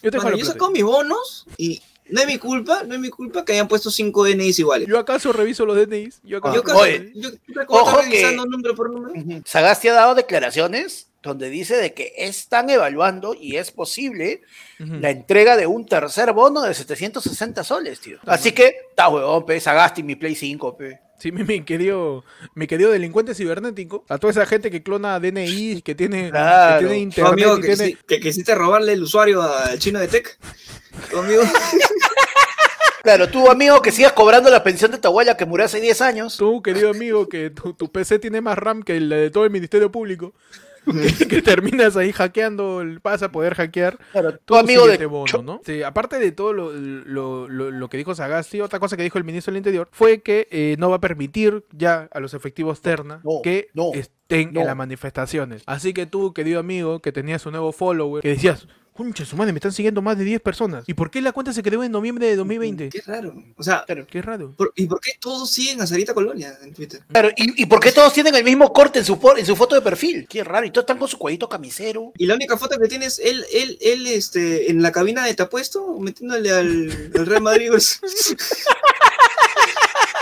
Yo te dejo
Mano,
la
yo
plata. ahí.
saco mis bonos y no es mi culpa, no es mi culpa que hayan puesto 5 DNIs iguales.
¿Yo acaso reviso los DNIs? Yo acaso.
Yo,
reviso
creo
Oye,
yo creo que voy a estar
ojo que-
revisando número por número.
Sagasti ha dado declaraciones donde dice de que están evaluando y es posible
Ujú.
la entrega de un tercer bono de 760 soles, tío. Así que, está huevón, pe, Sagasti, mi Play pues. 5, pe.
Sí, mi, mi querido, mi querido delincuente cibernético. A toda esa gente que clona DNI, que tiene,
Claro.
que tiene
Tu
internet
amigo
y
que,
tiene.
quisi- que quisiste robarle el usuario al chino de Tech. Tu amigo.
Claro, tú, amigo, que sigas cobrando la pensión de tu abuela que murió hace 10 años.
Tú, querido amigo, que tu, tu PC tiene más RAM que la de todo el Ministerio Público. que, <laughs> que terminas ahí hackeando, el- vas a poder hackear.
Claro,
tu
tu amigo de.
siguiente este bono, ¿no? Sí, aparte de todo lo, lo- lo- lo que dijo Sagasti, otra cosa que dijo el ministro del Interior fue que eh, no va a permitir ya a los efectivos terna
No,
que
no,
estén
no.
en las manifestaciones. Así que tú, querido amigo, que tenías un nuevo follower, que decías, concha, su madre, me están siguiendo más de 10 personas. ¿Y por qué la cuenta se creó en noviembre de 2020?
<laughs> Qué raro. O sea,
Qué raro.
por- ¿y por qué todos siguen a Sarita Colonia en Twitter?
Claro, ¿y, y por qué todos tienen el mismo corte en su, por- en su foto de perfil? Qué raro, y todos están con su cuellito camisero.
Y la única foto que tienes es él, él, él este, en la cabina de Tapuesto metiéndole al, al Real Madrid. <laughs> versus-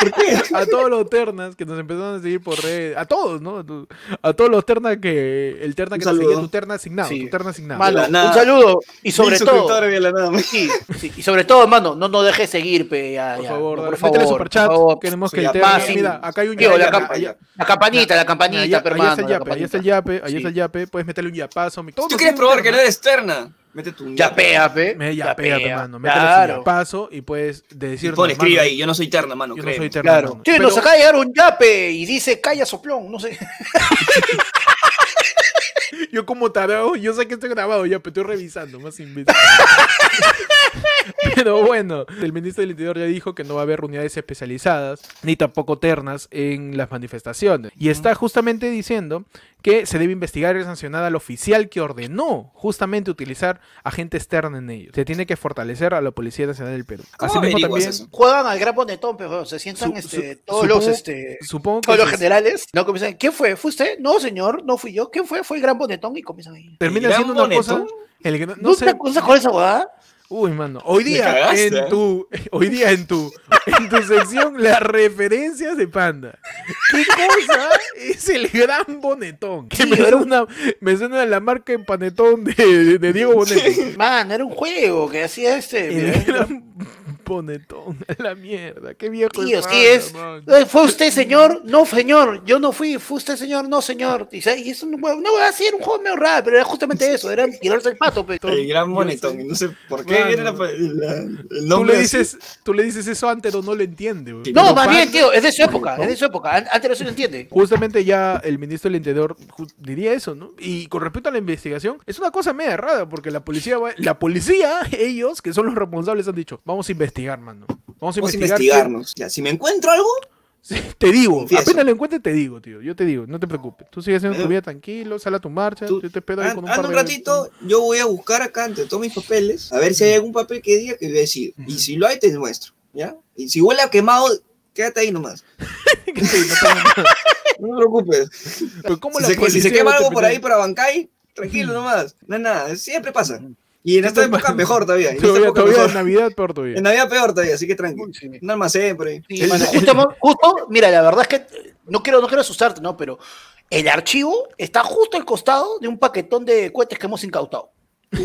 ¿Por qué?
A todos los ternas que nos empezaron a seguir por redes, a todos, ¿no? A tu- A todos los ternas que, el terna
Un
que nos seguía,
saludo.
tu terna asignado,
Sí.
tu terna asignado.
Mano,
de la nada.
un saludo. Y sobre
Mil suscriptores
todo.
de la nada.
Sí, sí, y sobre todo, hermano, no nos dejes seguir, pe. ya,
Por
ya,
favor,
no,
dale, métele superchat, queremos
Sí,
que el
ya,
terna-
más, sí.
mira, acá hay un
Tío,
yape,
la,
acá-
campa-
allá-
la campanita, la campanita,
allá-
pe,
ahí está
hermano,
el
la
yape, ahí está el
campanita.
yape, ahí
Sí.
está el yape, puedes meterle un yapazo. mi-
Si tú
todos
quieres
tienen
probar
terna.
que no eres externa, mete tu.
Ya pea, pe.
Me
ya
yapea,
pea,
hermano, métele su
Claro.
yapazo y puedes decir...
Y pon, escribe ahí, yo no soy terna, mano.
Yo no
créeme.
soy terna,
Claro.
hermano.
Tío,
Pero-
nos acaba de llegar un yape y dice, calla soplón, no sé.
Yo como tarado, yo sé que estoy grabado ya, pero estoy revisando, más imbécil. Pero bueno, el ministro del Interior ya dijo que no va a haber unidades especializadas ni tampoco ternas en las manifestaciones. Y está justamente diciendo que se debe investigar y sancionar al oficial que ordenó justamente utilizar a gente externa en ellos. Se tiene que fortalecer a la Policía Nacional del Perú.
¿Cómo
Asimismo
averiguas
también,
eso?
juegan al gran bonetón, pero se sientan
Su-
este,
su-
todos
supongo-
los este
supongo que
todos los
se-
generales, no comienzan, ¿quién fue? ¿Fue usted? No, señor, no fui yo. ¿Quién fue? Fue el gran bonetón y comienzan ahí.
termina
¿El
siendo
gran
una cosa...
bonetón?
el gran-
¿No, te acuerdas con esa huevada?
Uy, mano, hoy
Me
día
cagaste,
en
¿eh?
tu <laughs> hoy día en tu en tu sección las referencias de Panda. ¿Qué cosa es el gran bonetón? Que me
Sí, era un-
suena me suena a la marca en panetón de, de Diego Bonetti.
Man, era un juego que hacía este
El
mira,
gran ponetón, a la mierda. Qué viejo
Tío,
es
sí
Manta,
es.
man.
eh, ¿Fue usted, señor? No, señor. Yo no fui. ¿Fue usted, señor? No, señor. Y, sa- y es un huevo- No, así era un juego medio raro, pero era justamente eso. Era tirarse el pato. pues. pe.
El gran monetón. y No sé por qué
Mano.
era la, la- el
Tú
nombre.
le,
así.
dices, tú le dices eso a Antero, no lo entiende. weón.
Sí.
No,
Pero
más
pasa-
bien, tío. Es
<laughs>
de su época. Es de su época. An- Antes no se lo entiende.
Justamente ya el ministro del Interior ju- diría eso, ¿no? Y con respecto a la investigación, es una cosa media rara, porque la policía, va- la policía, <laughs> ellos, que son los responsables, han dicho, vamos a investigar, mano. Vamos a
Vamos a
investigar.
investigarnos. Ya, si me encuentro algo,
Sí, Te digo,
Confieso.
apenas lo encuentre, te digo, tío. Yo te digo, no te preocupes. Tú sigues haciendo tu
Eh,
vida tranquilo, sal a tu marcha.
tú-
yo te espero ahí
an-
con un
anda
par
un
de-
ratito, yo voy a buscar acá entre todos mis papeles, a ver si hay algún papel que diga que yo he sido. Y si lo hay, te muestro. ¿Ya? Y si huele a quemado, quédate ahí
<laughs>
nomás. <laughs> no te preocupes.
Pero ¿cómo
Si
la
se, que- si
policía
se quema
va a
algo por ahí pues,
terminar?
para Bancay, tranquilo nomás. No es nada, siempre pasa. Y en esta
Siempre
época
pasa.
mejor todavía. En esta
Todavía,
época
todavía
mejor.
en Navidad, peor todavía.
<laughs> En Navidad peor todavía, así que tranquilo.
Uy, sí.
Un almacén por ahí.
Sí,
<laughs>
mano, justo, mo- justo, mira, la verdad es que eh, no quiero, no quiero asustarte, ¿no? Pero el archivo está justo al costado de un paquetón de cohetes que hemos incautado.
<laughs>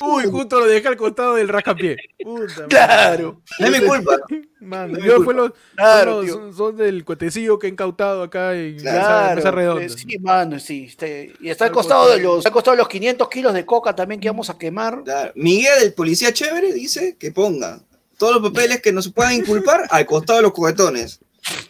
Uy, justo lo dejé al costado del rascapié. Puta
Claro.
No es mi culpa.
Mano,
No me
yo
culpa.
fue los,
Claro,
son, los-
tío.
son- son del cuetecillo que he incautado acá en Mesa-
Claro,
Mesa redonda. <laughs>
eh, sí, mano, sí. este, y está al
Al
costado
costado.
de los, al costado de los 500 kilos de coca también que íbamos a quemar.
Claro. Mi guía del policía chévere dice que ponga todos los papeles que nos puedan inculpar al costado de los cohetones.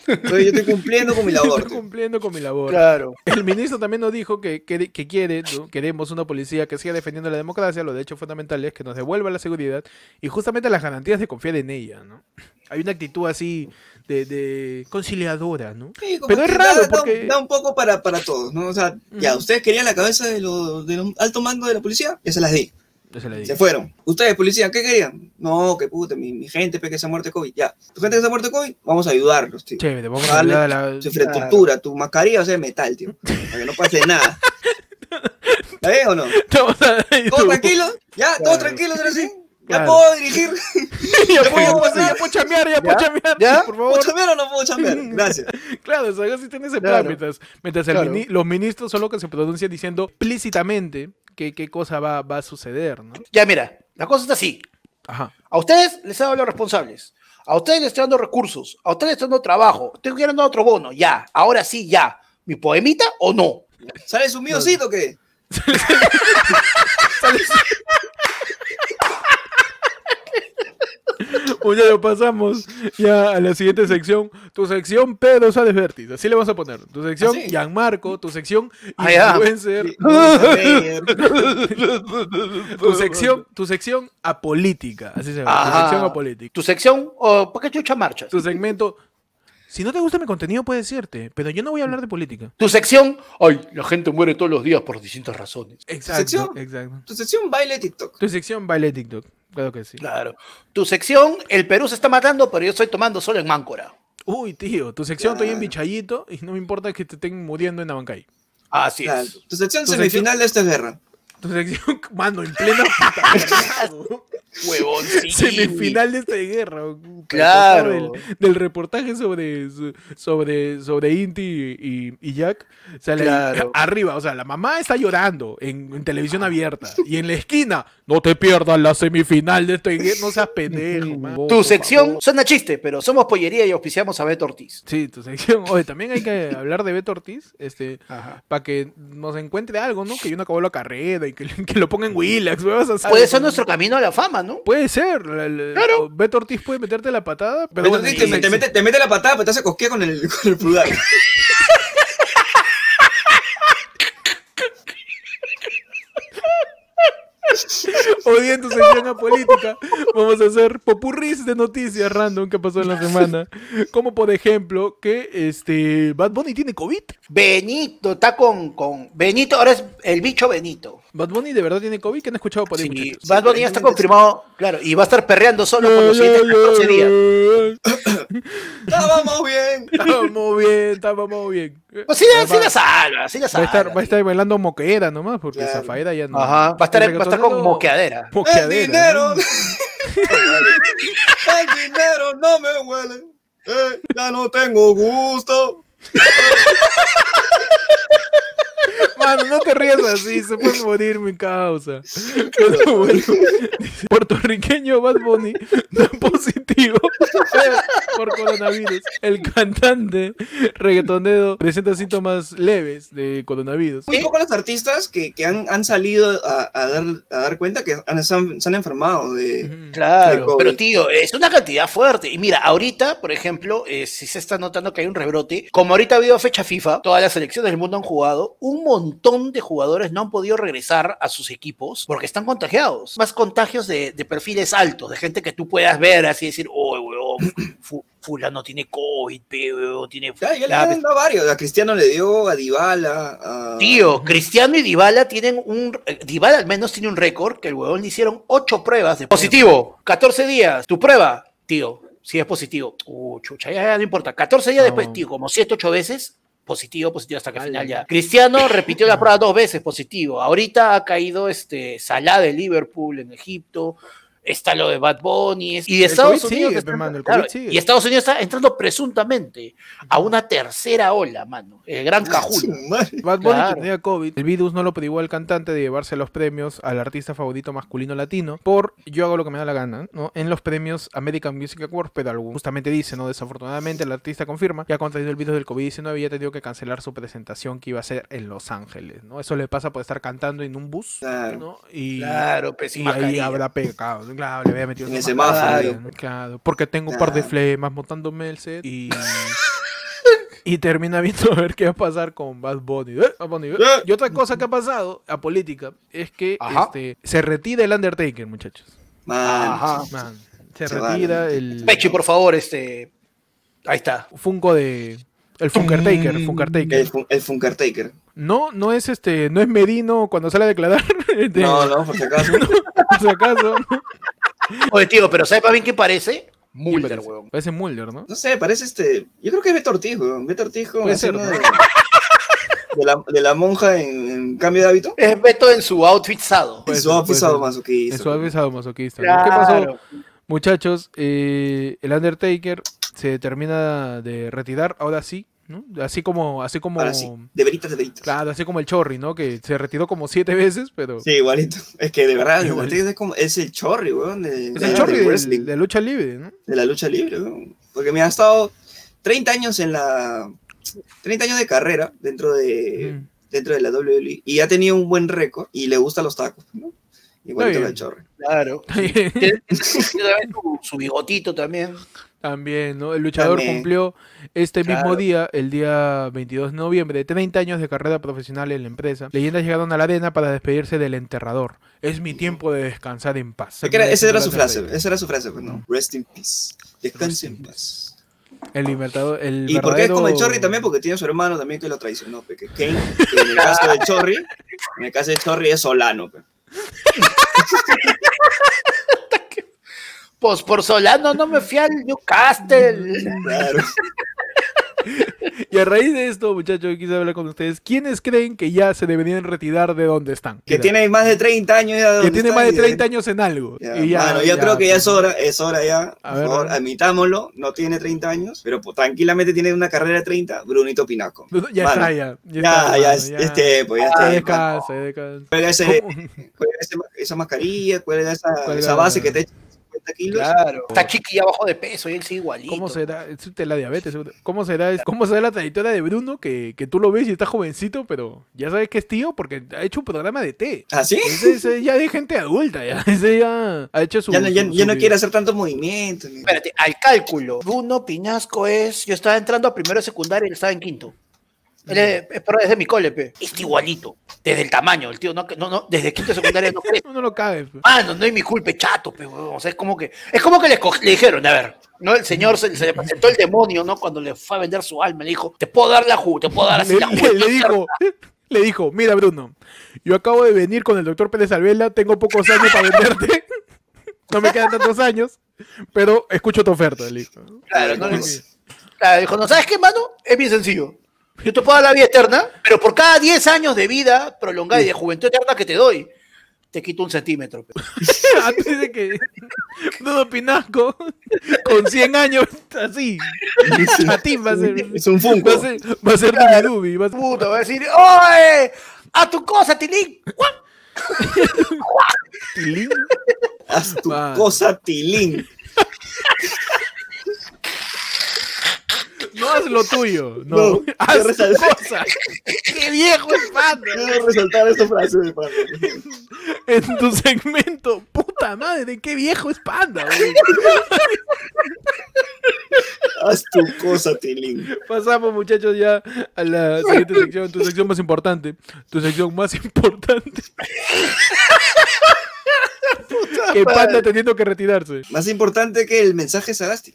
Entonces yo estoy cumpliendo con mi labor.
Estoy cumpliendo con mi labor.
Claro.
El ministro también nos dijo que, que, que quiere, ¿no? queremos una policía que siga defendiendo la democracia, los derechos fundamentales, que nos devuelva la seguridad y justamente las garantías de confiar en ella, ¿no? Hay una actitud así de, de conciliadora, ¿no?
Sí, como
Pero
que
es raro,
da, da un-
porque-
da un poco para, para todos, ¿no? O sea, ya,
Ujú.
ustedes querían la cabeza de los, de los alto mando de la policía, ya se las di.
Yo se la
Se
dije.
fueron. Ustedes, policía, ¿qué querían? No, que puta, mi, mi gente pe, que se ha muerto de COVID. Ya, tu gente que se ha muerto de COVID, vamos a ayudarlos, tío.
Chévere, vamos a
Dale,
hablar a la... Ah.
Su
<laughs>
infraestructura, tu mascarilla va a ser de metal, tío. Para que no pase nada. ¿Está bien o no?
Vamos a- <laughs>
¿Todos tranquilos? ¿Ya? ¿Todos
Claro.
tranquilos ahora sí? ¿Ya
Claro.
puedo dirigir?
ya puedo
Ya,
pasar, ya puedo chamear, ya puedo chamear.
<laughs>
¿Ya?
Por
¿Puedo
favor.
chambear o no
<laughs>
puedo chambear? Gracias.
Claro, o sea, así tiene ese plan.
Claro.
Mientras, mientras el
Claro.
mini- los ministros son los que se pronuncian diciendo explícitamente que- qué cosa va, va a suceder, ¿no?
Ya, mira, la cosa está así.
Ajá. <laughs>
A ustedes les hago los responsables. A ustedes les estoy dando recursos. A ustedes les estoy dando trabajo. Estoy dando otro bono. Ya. Ahora sí, ya. ¿Mi poemita o no?
¿Sale su míocito o qué?
Pues ya lo pasamos ya a la siguiente sección. Tu sección Pedro Sáenz Vértiz. Así le vas a poner. Tu sección
¿Ah, sí?
Gianmarco. Tu sección
Ah, ya.
Influencer. <laughs> tu sección, tu sección Apolítica. Así se llama. Tu
Ajá.
sección Apolítica.
¿Tu sección o para qué chucha marchas?
Tu segmento. Si no te gusta mi contenido, puedes irte. Pero yo no voy a hablar de política.
Tu sección, ay, la gente muere todos los días por distintas razones.
Exacto.
sección?
Exacto.
Tu sección baile TikTok.
Tu sección baile TikTok. Claro que sí.
Claro. Tu sección, el Perú se está matando, pero yo estoy tomando solo en Máncora.
Uy, tío, tu sección estoy en
Claro.
Bichayito y no me importa que te estén muriendo en Abancay.
Así
Claro.
es.
Tu sección
Tu
semifinal de esta guerra.
Tu sección, <laughs> mano, en plena puta <laughs> guerra,
Huevón, sí.
semifinal de esta guerra. puta,
Claro.
al costado Del, del reportaje sobre, so- sobre, sobre Inti y, y- y Jack. Sale ahí,
Claro. Ah.
arriba, o sea, la mamá está llorando en, en televisión abierta. Y en la esquina, no te pierdas la semifinal de esta guerra. No
<laughs>
seas pendejo, man.
Tu sección suena chiste, pero somos pollería y auspiciamos a Beto Ortiz.
Sí, tu <laughs> sección. Oye, también hay que hablar de Beto Ortiz, este, para que nos encuentre algo, ¿no? Que yo no acabó la carrera y que, <laughs> que lo ponga en Willax, huevas así.
Puede ser nuestro camino a la fama, ¿no?
Puede ser. la- la-
Claro.
o Beto Ortiz puede meterte la patada, pero
Pero
bueno,
te, te-
sí,
te
sí. <laughs>
mete, te mete la patada, pero te hace cosquilla con el, con el pulgar.
Hoy día en tu sección a política vamos a hacer popurris de noticias random que pasó en la semana. Como por ejemplo que este Bad Bunny tiene COVID.
Benito, está con, con. Benito, ahora es el bicho Benito.
Bad Bunny de verdad tiene COVID, que han escuchado por ahí.
Sí,
muchachos?
Bad Bunny ya está confirmado, claro, y va a estar perreando solo por los siguientes 14 días.
<laughs> Estábamos
¡Estábamos Ah, bien!
bien, estábamos bien.
Pues sí,
Ahí
sí
va.
la salva, sí la
Va a
salva.
estar, va a estar bailando moquera nomás, porque
Claro.
Zafaera ya no.
Ajá, va a estar,
El
va a estar con ¡Eh,
reggaetonero-
moqueadera.
¡El
<laughs> Moqueadera. ¿no?
dinero! ¡El dinero no me huele! eh, ¡Ya no tengo gusto!
Mano, no te rías así, se puede morir mi
<laughs>
causa. Pero bueno, dice, puertorriqueño Bad Bunny da positivo <laughs> por coronavirus. El cantante reggaetonero presenta síntomas leves de coronavirus.
Muy pocos los artistas que, que han, han salido a, a dar, a dar cuenta que han- se, han, se han enfermado de... De
Claro,
COVID.
pero tío, es una cantidad fuerte. Y mira, ahorita, por ejemplo, eh, si se está notando que hay un rebrote, como ahorita ha habido fecha FIFA, todas las selecciones del mundo han jugado, un montón de jugadores no han podido regresar a sus equipos porque están contagiados. Más contagios de, de perfiles altos, de gente que tú puedas ver así y decir, oh, weón, fu- fulano tiene COVID, pe, weón, tiene...
Ya, ya le
la-
han dado varios. A Cristiano le dio, a Dybala, a...
Tío, Cristiano y Dybala tienen un. eh, Dybala al menos tiene un récord que el huevón le hicieron ocho pruebas de positivo. 14 días. Tu prueba, tío, si es positivo. Uh, chucha, ya, ya, no importa. 14 días
No.
después, tío, como 7, 8 veces. Positivo, positivo hasta que al
Ala.
final ya. Cristiano repitió la prueba dos veces, positivo. Ahorita ha caído este Salah de Liverpool en Egipto. Está lo de Bad Bunny. es- Y de
El
Estados
COVID
Unidos.
sigue,
está-
pe, mano, el
claro,
COVID sigue.
y Estados Unidos está entrando presuntamente a una tercera ola, mano. El gran
Ah, Su
cajuno.
madre.
Bad Bunny
Claro.
tenía COVID. El virus no lo privó al cantante de llevarse los premios al artista favorito masculino latino por Yo hago lo que me da la gana, ¿no? En los premios American Music Awards, pero algo justamente dice, ¿no? Desafortunadamente el artista confirma que ha contraído el virus del COVID-19 y ya tenido que cancelar su presentación que iba a ser en Los Ángeles, ¿no? Eso le pasa por estar cantando en un bus,
Claro.
¿no? Y...
Claro, pues
y
sin
ahí
mascarilla.
habrá pecado, claro, le había metido
En el
esa
semáforo,
mascarilla,
digo.
¿no? claro, porque tengo un par de
Claro.
flemas montándome el set
<laughs>
y y termina viendo a ver qué va a pasar con Bad Bunny. ¿eh? Bad Bunny, ¿eh?
Eh.
Y otra cosa que ha pasado a política es que
Ajá.
este, se retira el Undertaker, muchachos.
Man,
Man, se
Se
retira
van.
el
Pechi, por favor, este. Ahí está.
Funko de. El Funkertaker, el Funkertaker.
El, fun- el Funkertaker.
No, no es este, no es Merino cuando sale a declarar. <laughs> de-
No, no, por
<laughs>
si acaso.
Por si
<laughs>
acaso.
Oye, tío, pero ¿sabes más bien qué parece? Mulder,
Parece-
huevón.
Parece Mulder, ¿no?
No sé, parece este. Yo creo que es Beto Ortiz, weón. Beto Ortiz con
Puede
la
ser,
escena
¿no?
de, de la, de la monja en, en cambio de hábito.
Es Beto en su outfit sado.
Puede ser,
En su
puede
outfit
ser.
sadomasoquista.
Es suave sadomasoquista. ¿no? ¿Qué pasó? Muchachos, eh, el Undertaker se termina de retirar, ahora sí, ¿no? Así como, así como,
Ahora sí, de veritas, de veritas.
claro, así como el Chorri, ¿no? Que se retiró como siete veces, pero
Sí, igualito. Es que de verdad, el
Igualito.
Ortiz es, como, es el chorri, weón. de-
es
de-
el
de
Chorri de,
wrestling,
de lucha libre, ¿no?
de la lucha libre, weón. Porque me ha estado 30 años en la. 30 años de carrera dentro de,
Mm.
dentro de la WWE. Y ha tenido un buen récord y le gustan los tacos, ¿no? Igualito
bien.
que el chorri.
<laughs>
Claro. Tiene- tiene también su, su bigotito también.
También, ¿no? El luchador
También.
cumplió este mismo
Claro.
día, el día 22 de noviembre, 30 años de carrera profesional en la empresa. Leyendas llegaron a la arena para despedirse del enterrador. Es mi tiempo de descansar en paz.
Es que era- esa era su
Undertaker.
frase, esa era su frase, pues, ¿no? Rest in peace. Descanse en paz.
El libertador, el
Y porque es como el
verdadero-
Chorri también, porque tiene a su hermano también que lo traicionó, pe, que Kane, que en el caso de Chorri, en el caso de Chorri es Solano, pe.
Pues por Solano no me fui al
<laughs>
Newcastle.
Claro.
Y a raíz de esto, muchachos, yo quise hablar con ustedes. ¿Quiénes creen que ya se deberían retirar de donde están?
Que tiene más de 30 años ya.
que
¿dónde
tiene
está?
más de
Y
30 años en algo.
Ya,
Y pues,
mano, yo creo que ya es hora, es hora ya.
A
por
ver,
favor,
a ver.
admitámoslo, no tiene 30 años, pero pues, tranquilamente tiene una carrera de 30, Brunito Pinaco.
No, no, Ya
Mano,
está, ya. Ya,
Ya,
está,
ya,
mano,
es- es tiempo, ya es
Ya
tiempo.
descansa, ya descansa.
Cuelga, ese-
¿Cómo?
cuelga ese ma- esa mascarilla, cuelga esa,
Cuelga-
esa base que te echa 50 kilos.
Claro. Está chiqui y abajo de peso y él sigue igualito.
¿Cómo será? Es de la diabetes. seguro. ¿Cómo será, es- cómo será la trayectoria de Bruno? Que, que tú lo ves y está jovencito, pero ya sabes que es tío porque ha hecho un programa de té.
¿Ah, sí?
Ese, ese ya de gente adulta, ya. Ese ya ha hecho su.
ya no, ya,
su-
ya
su
no
vida.
quiere hacer tantos movimientos. ni-
Espérate, al cálculo. Bruno Pinasco es. Yo estaba entrando a primero de secundaria y él estaba en quinto. Él es, es pro- es de mi cole, pe. Está igualito. Desde el tamaño, el tío. No, no, no, desde quinto de secundaria no <laughs> crece.
Uno lo cabe. pues. pe.
Mano, no es mi culpa, es chato, pe, huevón. O sea, es como que. Es como que le, escog- le dijeron, a ver, ¿no? El señor se, se le presentó el demonio, ¿no? Cuando le fue a vender su alma, le dijo, te puedo dar la ju, te puedo dar así
le,
la
le-
ju.
le dijo, le dijo, mira Bruno, yo acabo de venir con el doctor Pérez Alvela, tengo pocos años para venderte, <laughs> no me quedan tantos años, pero escucho tu oferta, le dijo.
Claro, no le-
Sí.
claro, dijo, no, ¿sabes qué, mano? Es bien sencillo. Yo te puedo dar la vida eterna, pero por cada 10 años de vida prolongada y de juventud eterna que te doy, te quito un centímetro. pe.
<laughs>
<laughs>
Antes de que Nudo Pinasco, con 100 años, así. A ti va a ser.
Es un Funko.
Va a ser, va a ser Dubi Dubi, va a ser-
Puta, va a decir, ¡oye! ¡A tu cosa, Tilín! <laughs>
Tilín.
Haz tu
Man.
cosa tilín.
No haz lo tuyo. No.
No,
haz
yo
tu
resalté.
cosa. Qué viejo es panda.
Quiero resaltar esta frase de parte.
En tu segmento. Puta madre, qué viejo es panda. güey.
Haz tu cosa tilín.
Pasamos, muchachos, ya a la siguiente sección. Tu sección más importante. Tu sección más importante. que panda teniendo que retirarse.
Más importante que el mensaje sarasti.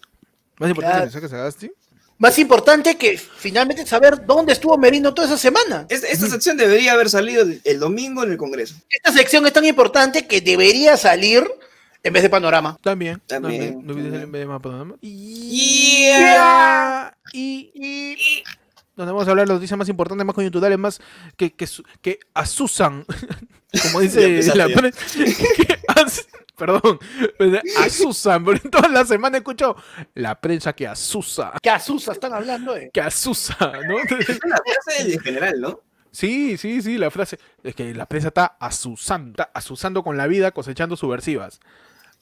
Más importante
Claro.
el mensaje que sacaste.
Más importante que finalmente saber dónde estuvo Merino toda esa semana.
Esta, esta sección debería haber salido el- el domingo en el Congreso.
Esta sección es tan importante que debería salir en vez de panorama.
También.
También,
También. No olvides
también.
el en vez de más panorama. Y.
Yeah.
Y. y- Donde vamos a hablar de las noticias más importantes, más coyunturales, más que, que, su- que asusan. <laughs> Como
<laughs> Ya
dice
empezaste
la
ya.
pre- <laughs> que as- Perdón, pero asusan, porque toda la semana he escuchado la prensa que asusa,
Que Azusa están hablando, eh.
que asusa, ¿no? <laughs>
Es una frase del general, ¿no?
Sí, sí, sí, la frase es que la prensa está asusando, está asusando con la vida, cosechando subversivas.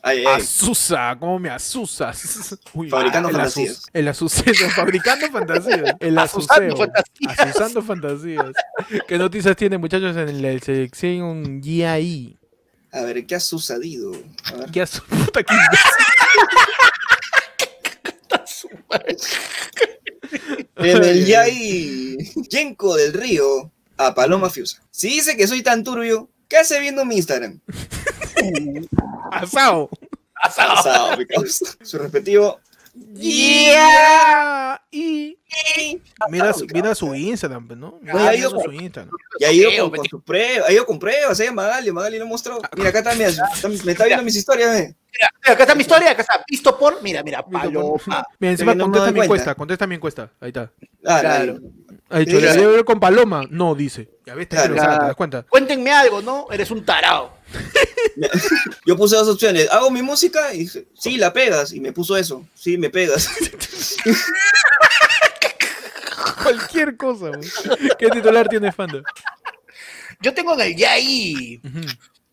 Ay,
Ah,
ay.
Asusa, ¿cómo me
<laughs>
asusas? Uy,
Fabricando
el asus-
fantasías.
el asuseo, <laughs> fabricando fantasías. El
Asusando
asuseo.
fantasías.
Asusando fantasías. ¿Qué noticias tienen, muchachos, en la selección GI?
A ver, ¿qué ha sucedido? A
<laughs>
ver.
¿Qué asu- puta que imbécil.
En el Yai Yenko del Río a Paloma Fiusa. Si dice que soy tan turbio, ¿qué hace viendo mi Instagram?
Asado.
Pasado, mi causa. Su respectivo.
Y. Mira, su- mira su Instagram, pues, ¿no?
ha
Mira
ido
su Instagram.
Y ha ido
Creo,
con, con sus pruebas, ha ido con pruebas, ¿eh? Magali, Magali lo mostró. Mira, acá también, me está viendo mis historias, ¿eh?
Mira, mira, acá está mi historia, acá está visto por, mira, mira, paloma.
Mira, encima
no me
contesta
doy
mi
cuenta.
encuesta, contesta mi encuesta. Ahí está.
Ah,
Claro.
claro.
Ha dicho,
Sí,
¿la
sí.
debo ver con Paloma? No, dice. Ya ves, está
Claro.
interesada, ¿te das cuenta?
Cuéntenme algo, ¿no? Eres un tarao.
Yo puse dos opciones. Hago mi música y dice, sí, la pegas. Y me puso eso. Sí, me pegas. <laughs>
Cualquier cosa, güey. ¿Qué titular tiene Fanda?
Yo tengo en el Yai.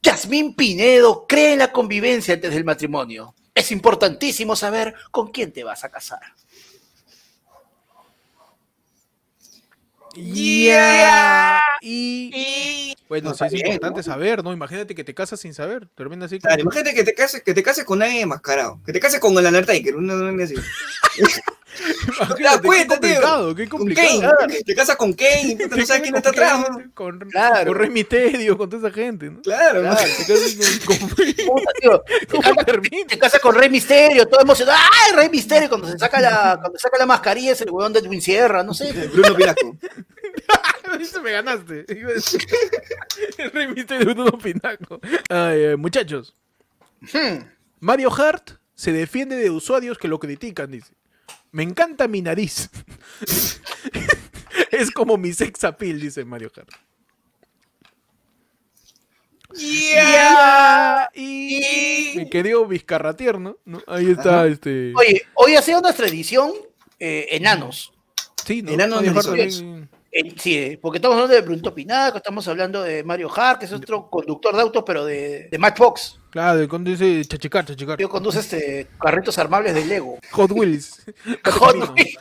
Yasmín Pinedo cree en la convivencia antes del matrimonio. Es importantísimo saber con quién te vas a casar.
Yeah. Y
Y
bueno,
No,
sí, es
está bien,
importante
¿no?
saber, ¿no? Imagínate que te casas sin saber. Termina así.
Claro,
como-
imagínate que te cases, que te cases con alguien enmascarado. Que te cases con el Undertaker. Una, una así.
Imagínate,
Ya,
qué
cuenta, tío.
complicado, qué
Con
complicado.
Kane. <laughs> Te casas con Kane. puta, No sabes quién está
Con-
atrás. ¿no?
Con,
Claro.
con Rey Misterio, con toda esa gente, ¿no?
Claro, ¿no?
Te casas <laughs> con- con-
puta, tío, <laughs> te,
¿Cómo
casas,
termina?
te casas con Rey Misterio, todo emocionado. ¡Ay, Rey Misterio! Cuando se saca la, cuando saca la mascarilla es el huevón de Edwin Sierra, no sé.
<laughs> Bruno Pinaco.
<laughs> Eso me ganaste. Iba a decir, <laughs> El Rey Misterio es un pinaco. Ay, ay, muchachos. Mario Hart se defiende de usuarios que lo critican, dice. Me encanta mi nariz. <laughs> es como mi sex appeal, dice Mario Hart.
Ah,
Y mi querido Vizcarratierno, ¿no? Ahí está este.
Oye, hoy ha sido nuestra edición eh, enanos.
sí, ¿no?
Enano
Mario Hart
narizón.
también-
Eh, sí, eh, porque estamos hablando de Bruno Pinaco, estamos hablando de Mario Hart, que es otro conductor de autos, pero de, de Matchbox.
Claro, el conde dice chachicar, chachicar.
Yo conduce este, carritos armables de Lego.
Hot Wheels.
Hot
Camino.
Wheels.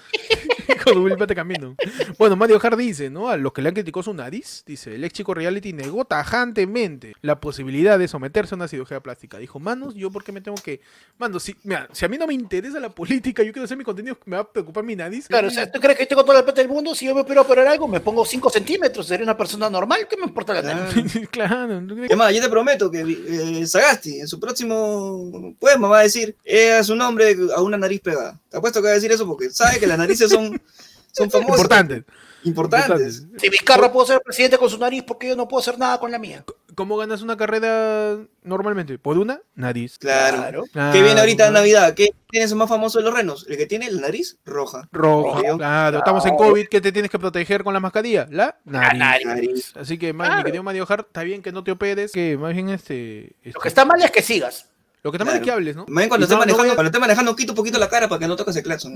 <laughs> Hot Wheels, vete camino. Bueno, Mario Hart dice, ¿no? A los que le han criticado su nariz, dice, el ex chico reality negó tajantemente la posibilidad de someterse a una cirugía plástica. Dijo, manos, ¿yo por qué me tengo que...? Manos, si, mira, si a mí no me interesa la política, yo quiero hacer mi contenido, me va a preocupar mi nariz.
Claro, o sea, ¿tú crees que tengo toda la plata del mundo? Si yo me opero operar algo, me pongo 5 centímetros, seré una persona normal, ¿qué me importa la nariz?
<laughs> claro, ¿tú crees
Es más, yo te prometo que eh, Sagasti en su próximo poema va a decir eh, a su nombre a una nariz pegada. Te apuesto que va a decir eso porque sabe que las narices son,
<laughs>
son
que-
famosas.
Importante.
Importantes.
Si Vizcarra pudo ser presidente con su nariz, ¿por qué yo no puedo hacer nada con la mía?
¿Cómo ganas una carrera normalmente? ¿Por una? Nariz.
Claro.
Claro.
Que viene ahorita en Navidad. ¿Qué tiene eso más famoso de los renos? El que tiene la nariz roja.
Roja.
Obvio.
Claro, estamos en COVID. ¿Qué te tienes que proteger con la mascarilla? La nariz.
Nariz.
Así que, man, mi
Claro.
querido Mario Hart, está bien que no te operes. Que más bien este. este-
Lo que está mal es que sigas.
lo que está mal es
Claro.
que hables, ¿no?
Man, cuando
Y no-
esté
no
manejando,
voy a- <laughs>
cuando esté manejando, quita un poquito la cara para que no toques el claxon.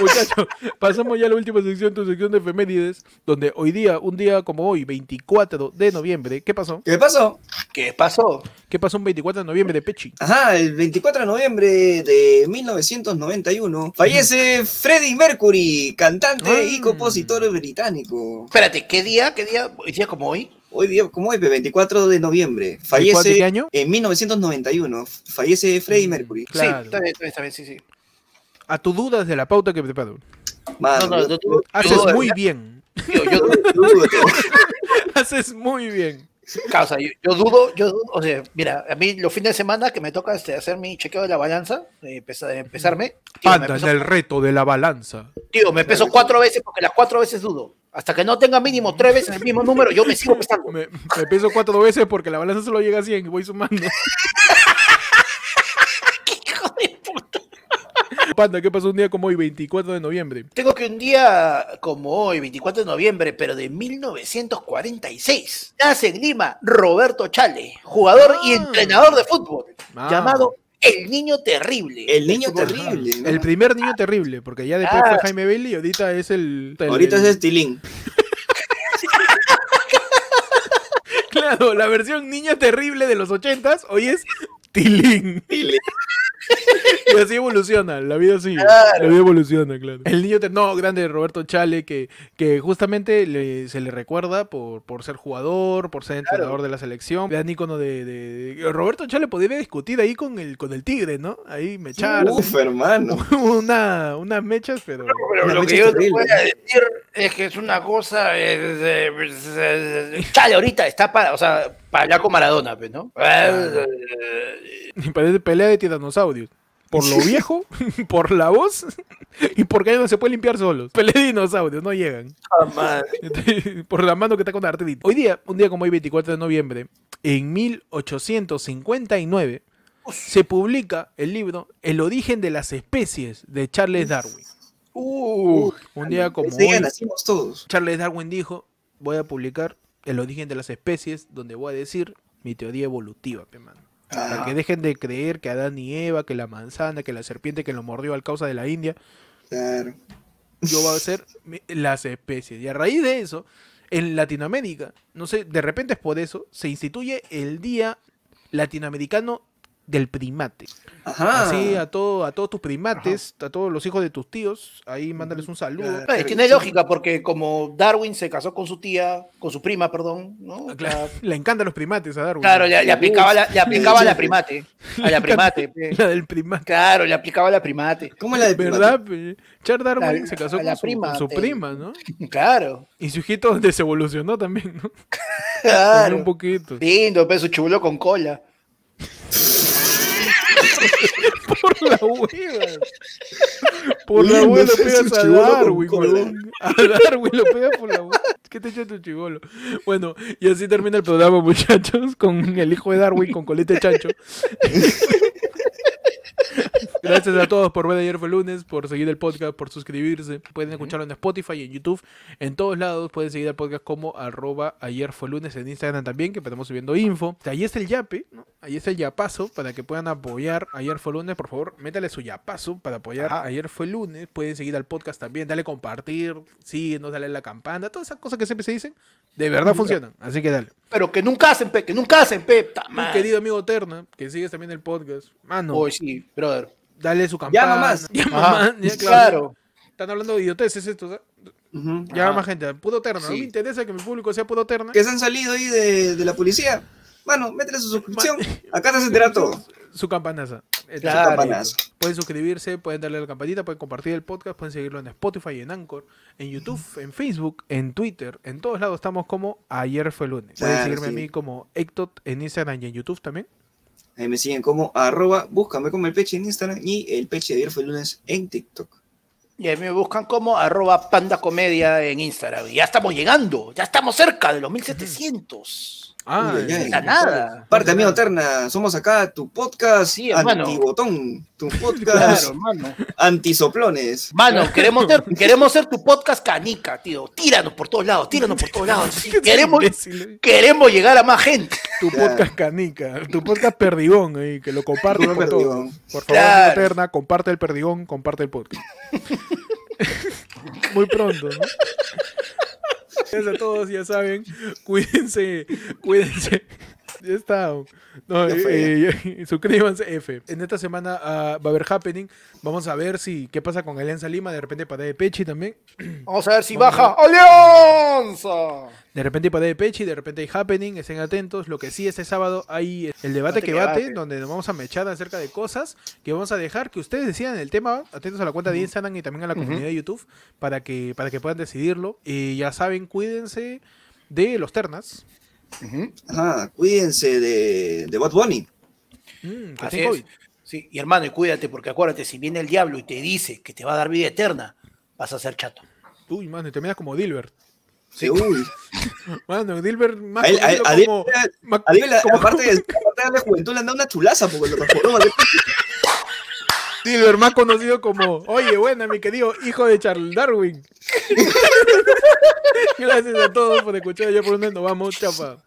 Muchachos, pasamos ya a la última sección, tu sección de efemérides, donde hoy día, un día como hoy, 24 de noviembre, ¿qué pasó?
¿Qué pasó?
¿Qué pasó?
¿Qué pasó un 24 de noviembre, Pechi?
Ajá, el 24 de noviembre de 1991 fallece Freddie Mercury, cantante
Mm.
y compositor británico.
Espérate, ¿qué día? ¿Qué día? Hoy día como hoy.
Hoy día, como hoy, 24 de
¿24
noviembre.
de
Fallece
qué año? Mm.
en 1991. Fallece Freddie Mercury.
Claro.
Sí, está bien, está bien, está bien, sí, sí.
A tu dudas de la pauta que preparo.
Mano,
No, no,
yo-
no, tú-
Haces
tú-
muy bien. <laughs>
Yo, yo,
yo dudo todo.
Haces muy bien.
causa, yo, yo dudo, yo dudo, o sea, mira, a mí los fines de semana que me toca este, hacer mi chequeo de la balanza, eh, pesa- de empezarme, tío, me
Anda en
peso,
el reto de la balanza.
tío, me peso cuatro veces porque las cuatro veces dudo. Hasta que no tenga mínimo tres veces el mismo número, yo me sigo pesando.
Me, me peso cuatro veces porque la balanza solo llega a 100 y voy sumando. <laughs>
Hijo de puta.
Panda, ¿qué pasó un día como hoy, 24 de noviembre?
<laughs> Tengo que un día como hoy, 24 de noviembre, pero de 1946, nace en Lima Roberto Chale, jugador y
Ah.
entrenador de fútbol,
Ah.
llamado El Niño Terrible.
<laughs>
El niño terrible. ¿no?
El primer niño terrible, porque ya después
Ah.
fue Jaime Bailey y ahorita es el. el-
Ahorita es este.
el-
Estilín.
Claro, la versión niña terrible de los ochentas hoy es Tilín. Y así evoluciona, la vida sigue. La vida evoluciona, claro. El niño ter- no, grande Roberto Chale, que, que justamente le- se le recuerda por, por ser jugador, por ser entrenador de la selección, gran ícono de, de- de- Roberto Chale podría discutir ahí con el con el tigre, ¿no? Ahí mechar.
Uf, hermano.
<laughs> Una, unas mechas, pero.
Pero
Una
lo
fecha
que yo te
terrible,
voy
¿no?
a decir es que es una cosa. eh, eh, eh, eh, Chale, ahorita está para, o sea, para hablar con Maradona, pues, ¿no? Eh,
Y <laughs> parece pelea de tiranosaurios. Por lo viejo, <laughs> por la voz <laughs> y porque ellos no se puede limpiar solos. Pelea de dinosaurios, no llegan. <laughs>
ah, <laughs> madre.
por la mano que está con artritis. Hoy día, un día como hoy, 24 de noviembre, en 1859, se publica el libro El origen de las especies de Charles Darwin. un día como
Ese día
hoy,
nacimos todos.
Charles Darwin dijo, voy a publicar El origen de las especies, donde voy a decir mi teoría evolutiva, pe mano.
Ah,
Para que dejen de creer que Adán y Eva, que la manzana, que la serpiente que lo mordió al causa de la India,
Claro.
yo voy a
<laughs>
hacer mi- las especies. Y a raíz de eso, en Latinoamérica, no sé, de repente es por eso, se instituye el Día Latinoamericano del Primate.
Ah.
Ajá.
Así a, todo, a todos tus primates, a todos los hijos de tus tíos, ahí mándales un saludo.
Claro.
<laughs>
Ay, Tiene lógica, porque como Darwin se casó con su tía, con su prima, perdón, ¿no? O sea,
Le encantan los primates a Darwin.
Claro, le, le aplicaba, la, le aplicaba <laughs> a la primate. A la primate. pe.
<laughs> La del
<laughs>
primate.
Claro, le aplicaba a la primate.
¿Cómo es la de
¿Verdad? pe? Charles Darwin
La-
se casó
la
con su, con su
primate.
prima,
<laughs>
¿no?
Claro.
Y su hijito <laughs> desevolucionó también, ¿no? También un
Claro.
poquito.
Lindo, pe, su chulo con cola.
<laughs> Por la
<laughs>
hueva. Por la
Lindo,
hueva lo
ese es
pegas
un
a
chibolo con
Darwin,
cola.
weón. <laughs> A Darwin lo pegas por la hueva. ¿Qué te echa tu chivolo? Bueno, y así termina el programa, <laughs> muchachos, con el hijo de Darwin, con Colete Chancho. <laughs> Gracias a todos por ver ayer fue lunes, por seguir el podcast, por suscribirse. Pueden escucharlo en Spotify, en YouTube, en todos lados. Pueden seguir el podcast como arroba ayer fue lunes en Instagram también, que estamos subiendo info. Ahí está el yape, ¿no? Ahí está el yapazo para que puedan apoyar ayer fue lunes. Por favor, métale su yapazo para apoyar ayer fue lunes. Pueden seguir al podcast también, dale compartir, síguenos, dale la campana, todas esas cosas que siempre se dicen. De verdad funcionan, así que dale.
Pero que nunca hacen, pe, que nunca hacen, pe. Ta
Mi
madre.
querido amigo Terna, que sigues también el podcast, mano,
Oye, sí, brother.
dale su campana.
nomás.
Llama
Ajá,
más, <laughs> ya,
claro.
Están hablando de idioteces esto, ¿sabes?
Ujú.
Ya
Ajá.
más gente, puro terna. No
Sí.
me interesa que mi público sea puro terna.
Que se han salido ahí de, de la policía. Mano, métele su suscripción. Acá te se entera todo.
Su campanaza. Eh, su
Claro.
Campanazo.
Pueden suscribirse, pueden darle a la campanita, pueden compartir el podcast, pueden seguirlo en Spotify, en Anchor, en YouTube, en Facebook, en Twitter. En todos lados estamos como ayer fue lunes. Pueden
Claro,
seguirme
sí.
a mí como Ectot en Instagram y en YouTube también.
Ahí me siguen como arroba, búscame como el peche en Instagram y el peche de ayer fue el lunes en TikTok.
Y a mí me buscan como arroba panda comedia en Instagram. Y ya estamos llegando, ya estamos cerca de los 1700.
Ah,
Uy, ay, ay.
La nada.
Parte amigo Terna, somos acá tu podcast
Sí, hermano.
antibotón,
<laughs>
tu podcast
Claro, mano.
antisoplones.
<laughs>
Mano, queremos ser, queremos ser tu podcast canica, tío. Tíranos por todos lados, tíranos por todos
<laughs>
lados.
qué
Queremos,
imbécil, eh.
queremos llegar a más gente.
Tu
Claro.
podcast canica, tu podcast perdigón, eh, que lo compartes
Puro
con todo.
perdigón.
Por favor,
Claro.
Eterna, comparte el perdigón, comparte el
<laughs>
podcast. Muy pronto, ¿no? Gracias a todos, ya saben. Cuídense, cuídense. Ya está. No,
Ya
eh,
fue,
eh, suscríbanse, F. En esta semana ah, va a haber happening. Vamos a ver si qué pasa con Alianza Lima. De repente, para de Pechi también.
Vamos a ver si baja. ¡Alianza!
De repente hay Padé de Pechi, de repente hay Happening, estén atentos. Lo que sí, este sábado hay el debate que bate, donde nos vamos a mechar acerca de cosas que vamos a dejar que ustedes decidan el tema. Atentos a la cuenta de Instagram y también a la comunidad de YouTube para que, para que puedan decidirlo. Y ya saben, cuídense de los ternas.
Ajá, cuídense de, de Bad Bunny.
Mm, que
Así
estén
es.
COVID.
Sí, y hermano, y cuídate, porque acuérdate, si viene el diablo y te dice que te va a dar vida eterna, vas a ser chato.
Uy, mano, y terminas como Dilbert.
Sí, uy.
Mano, Dilbert <laughs> más
A él- a él- a
conocido
Dil-
como- ma-
A Diego, la,
como-
la
<laughs>
parte de, la parte de la juventud le han dado una chulaza porque lo transformó.
Dilbert más conocido como, oye, buena, mi querido hijo de Charles Darwin. <laughs> Gracias a todos por escuchar. Ya por un nos vamos, chapa.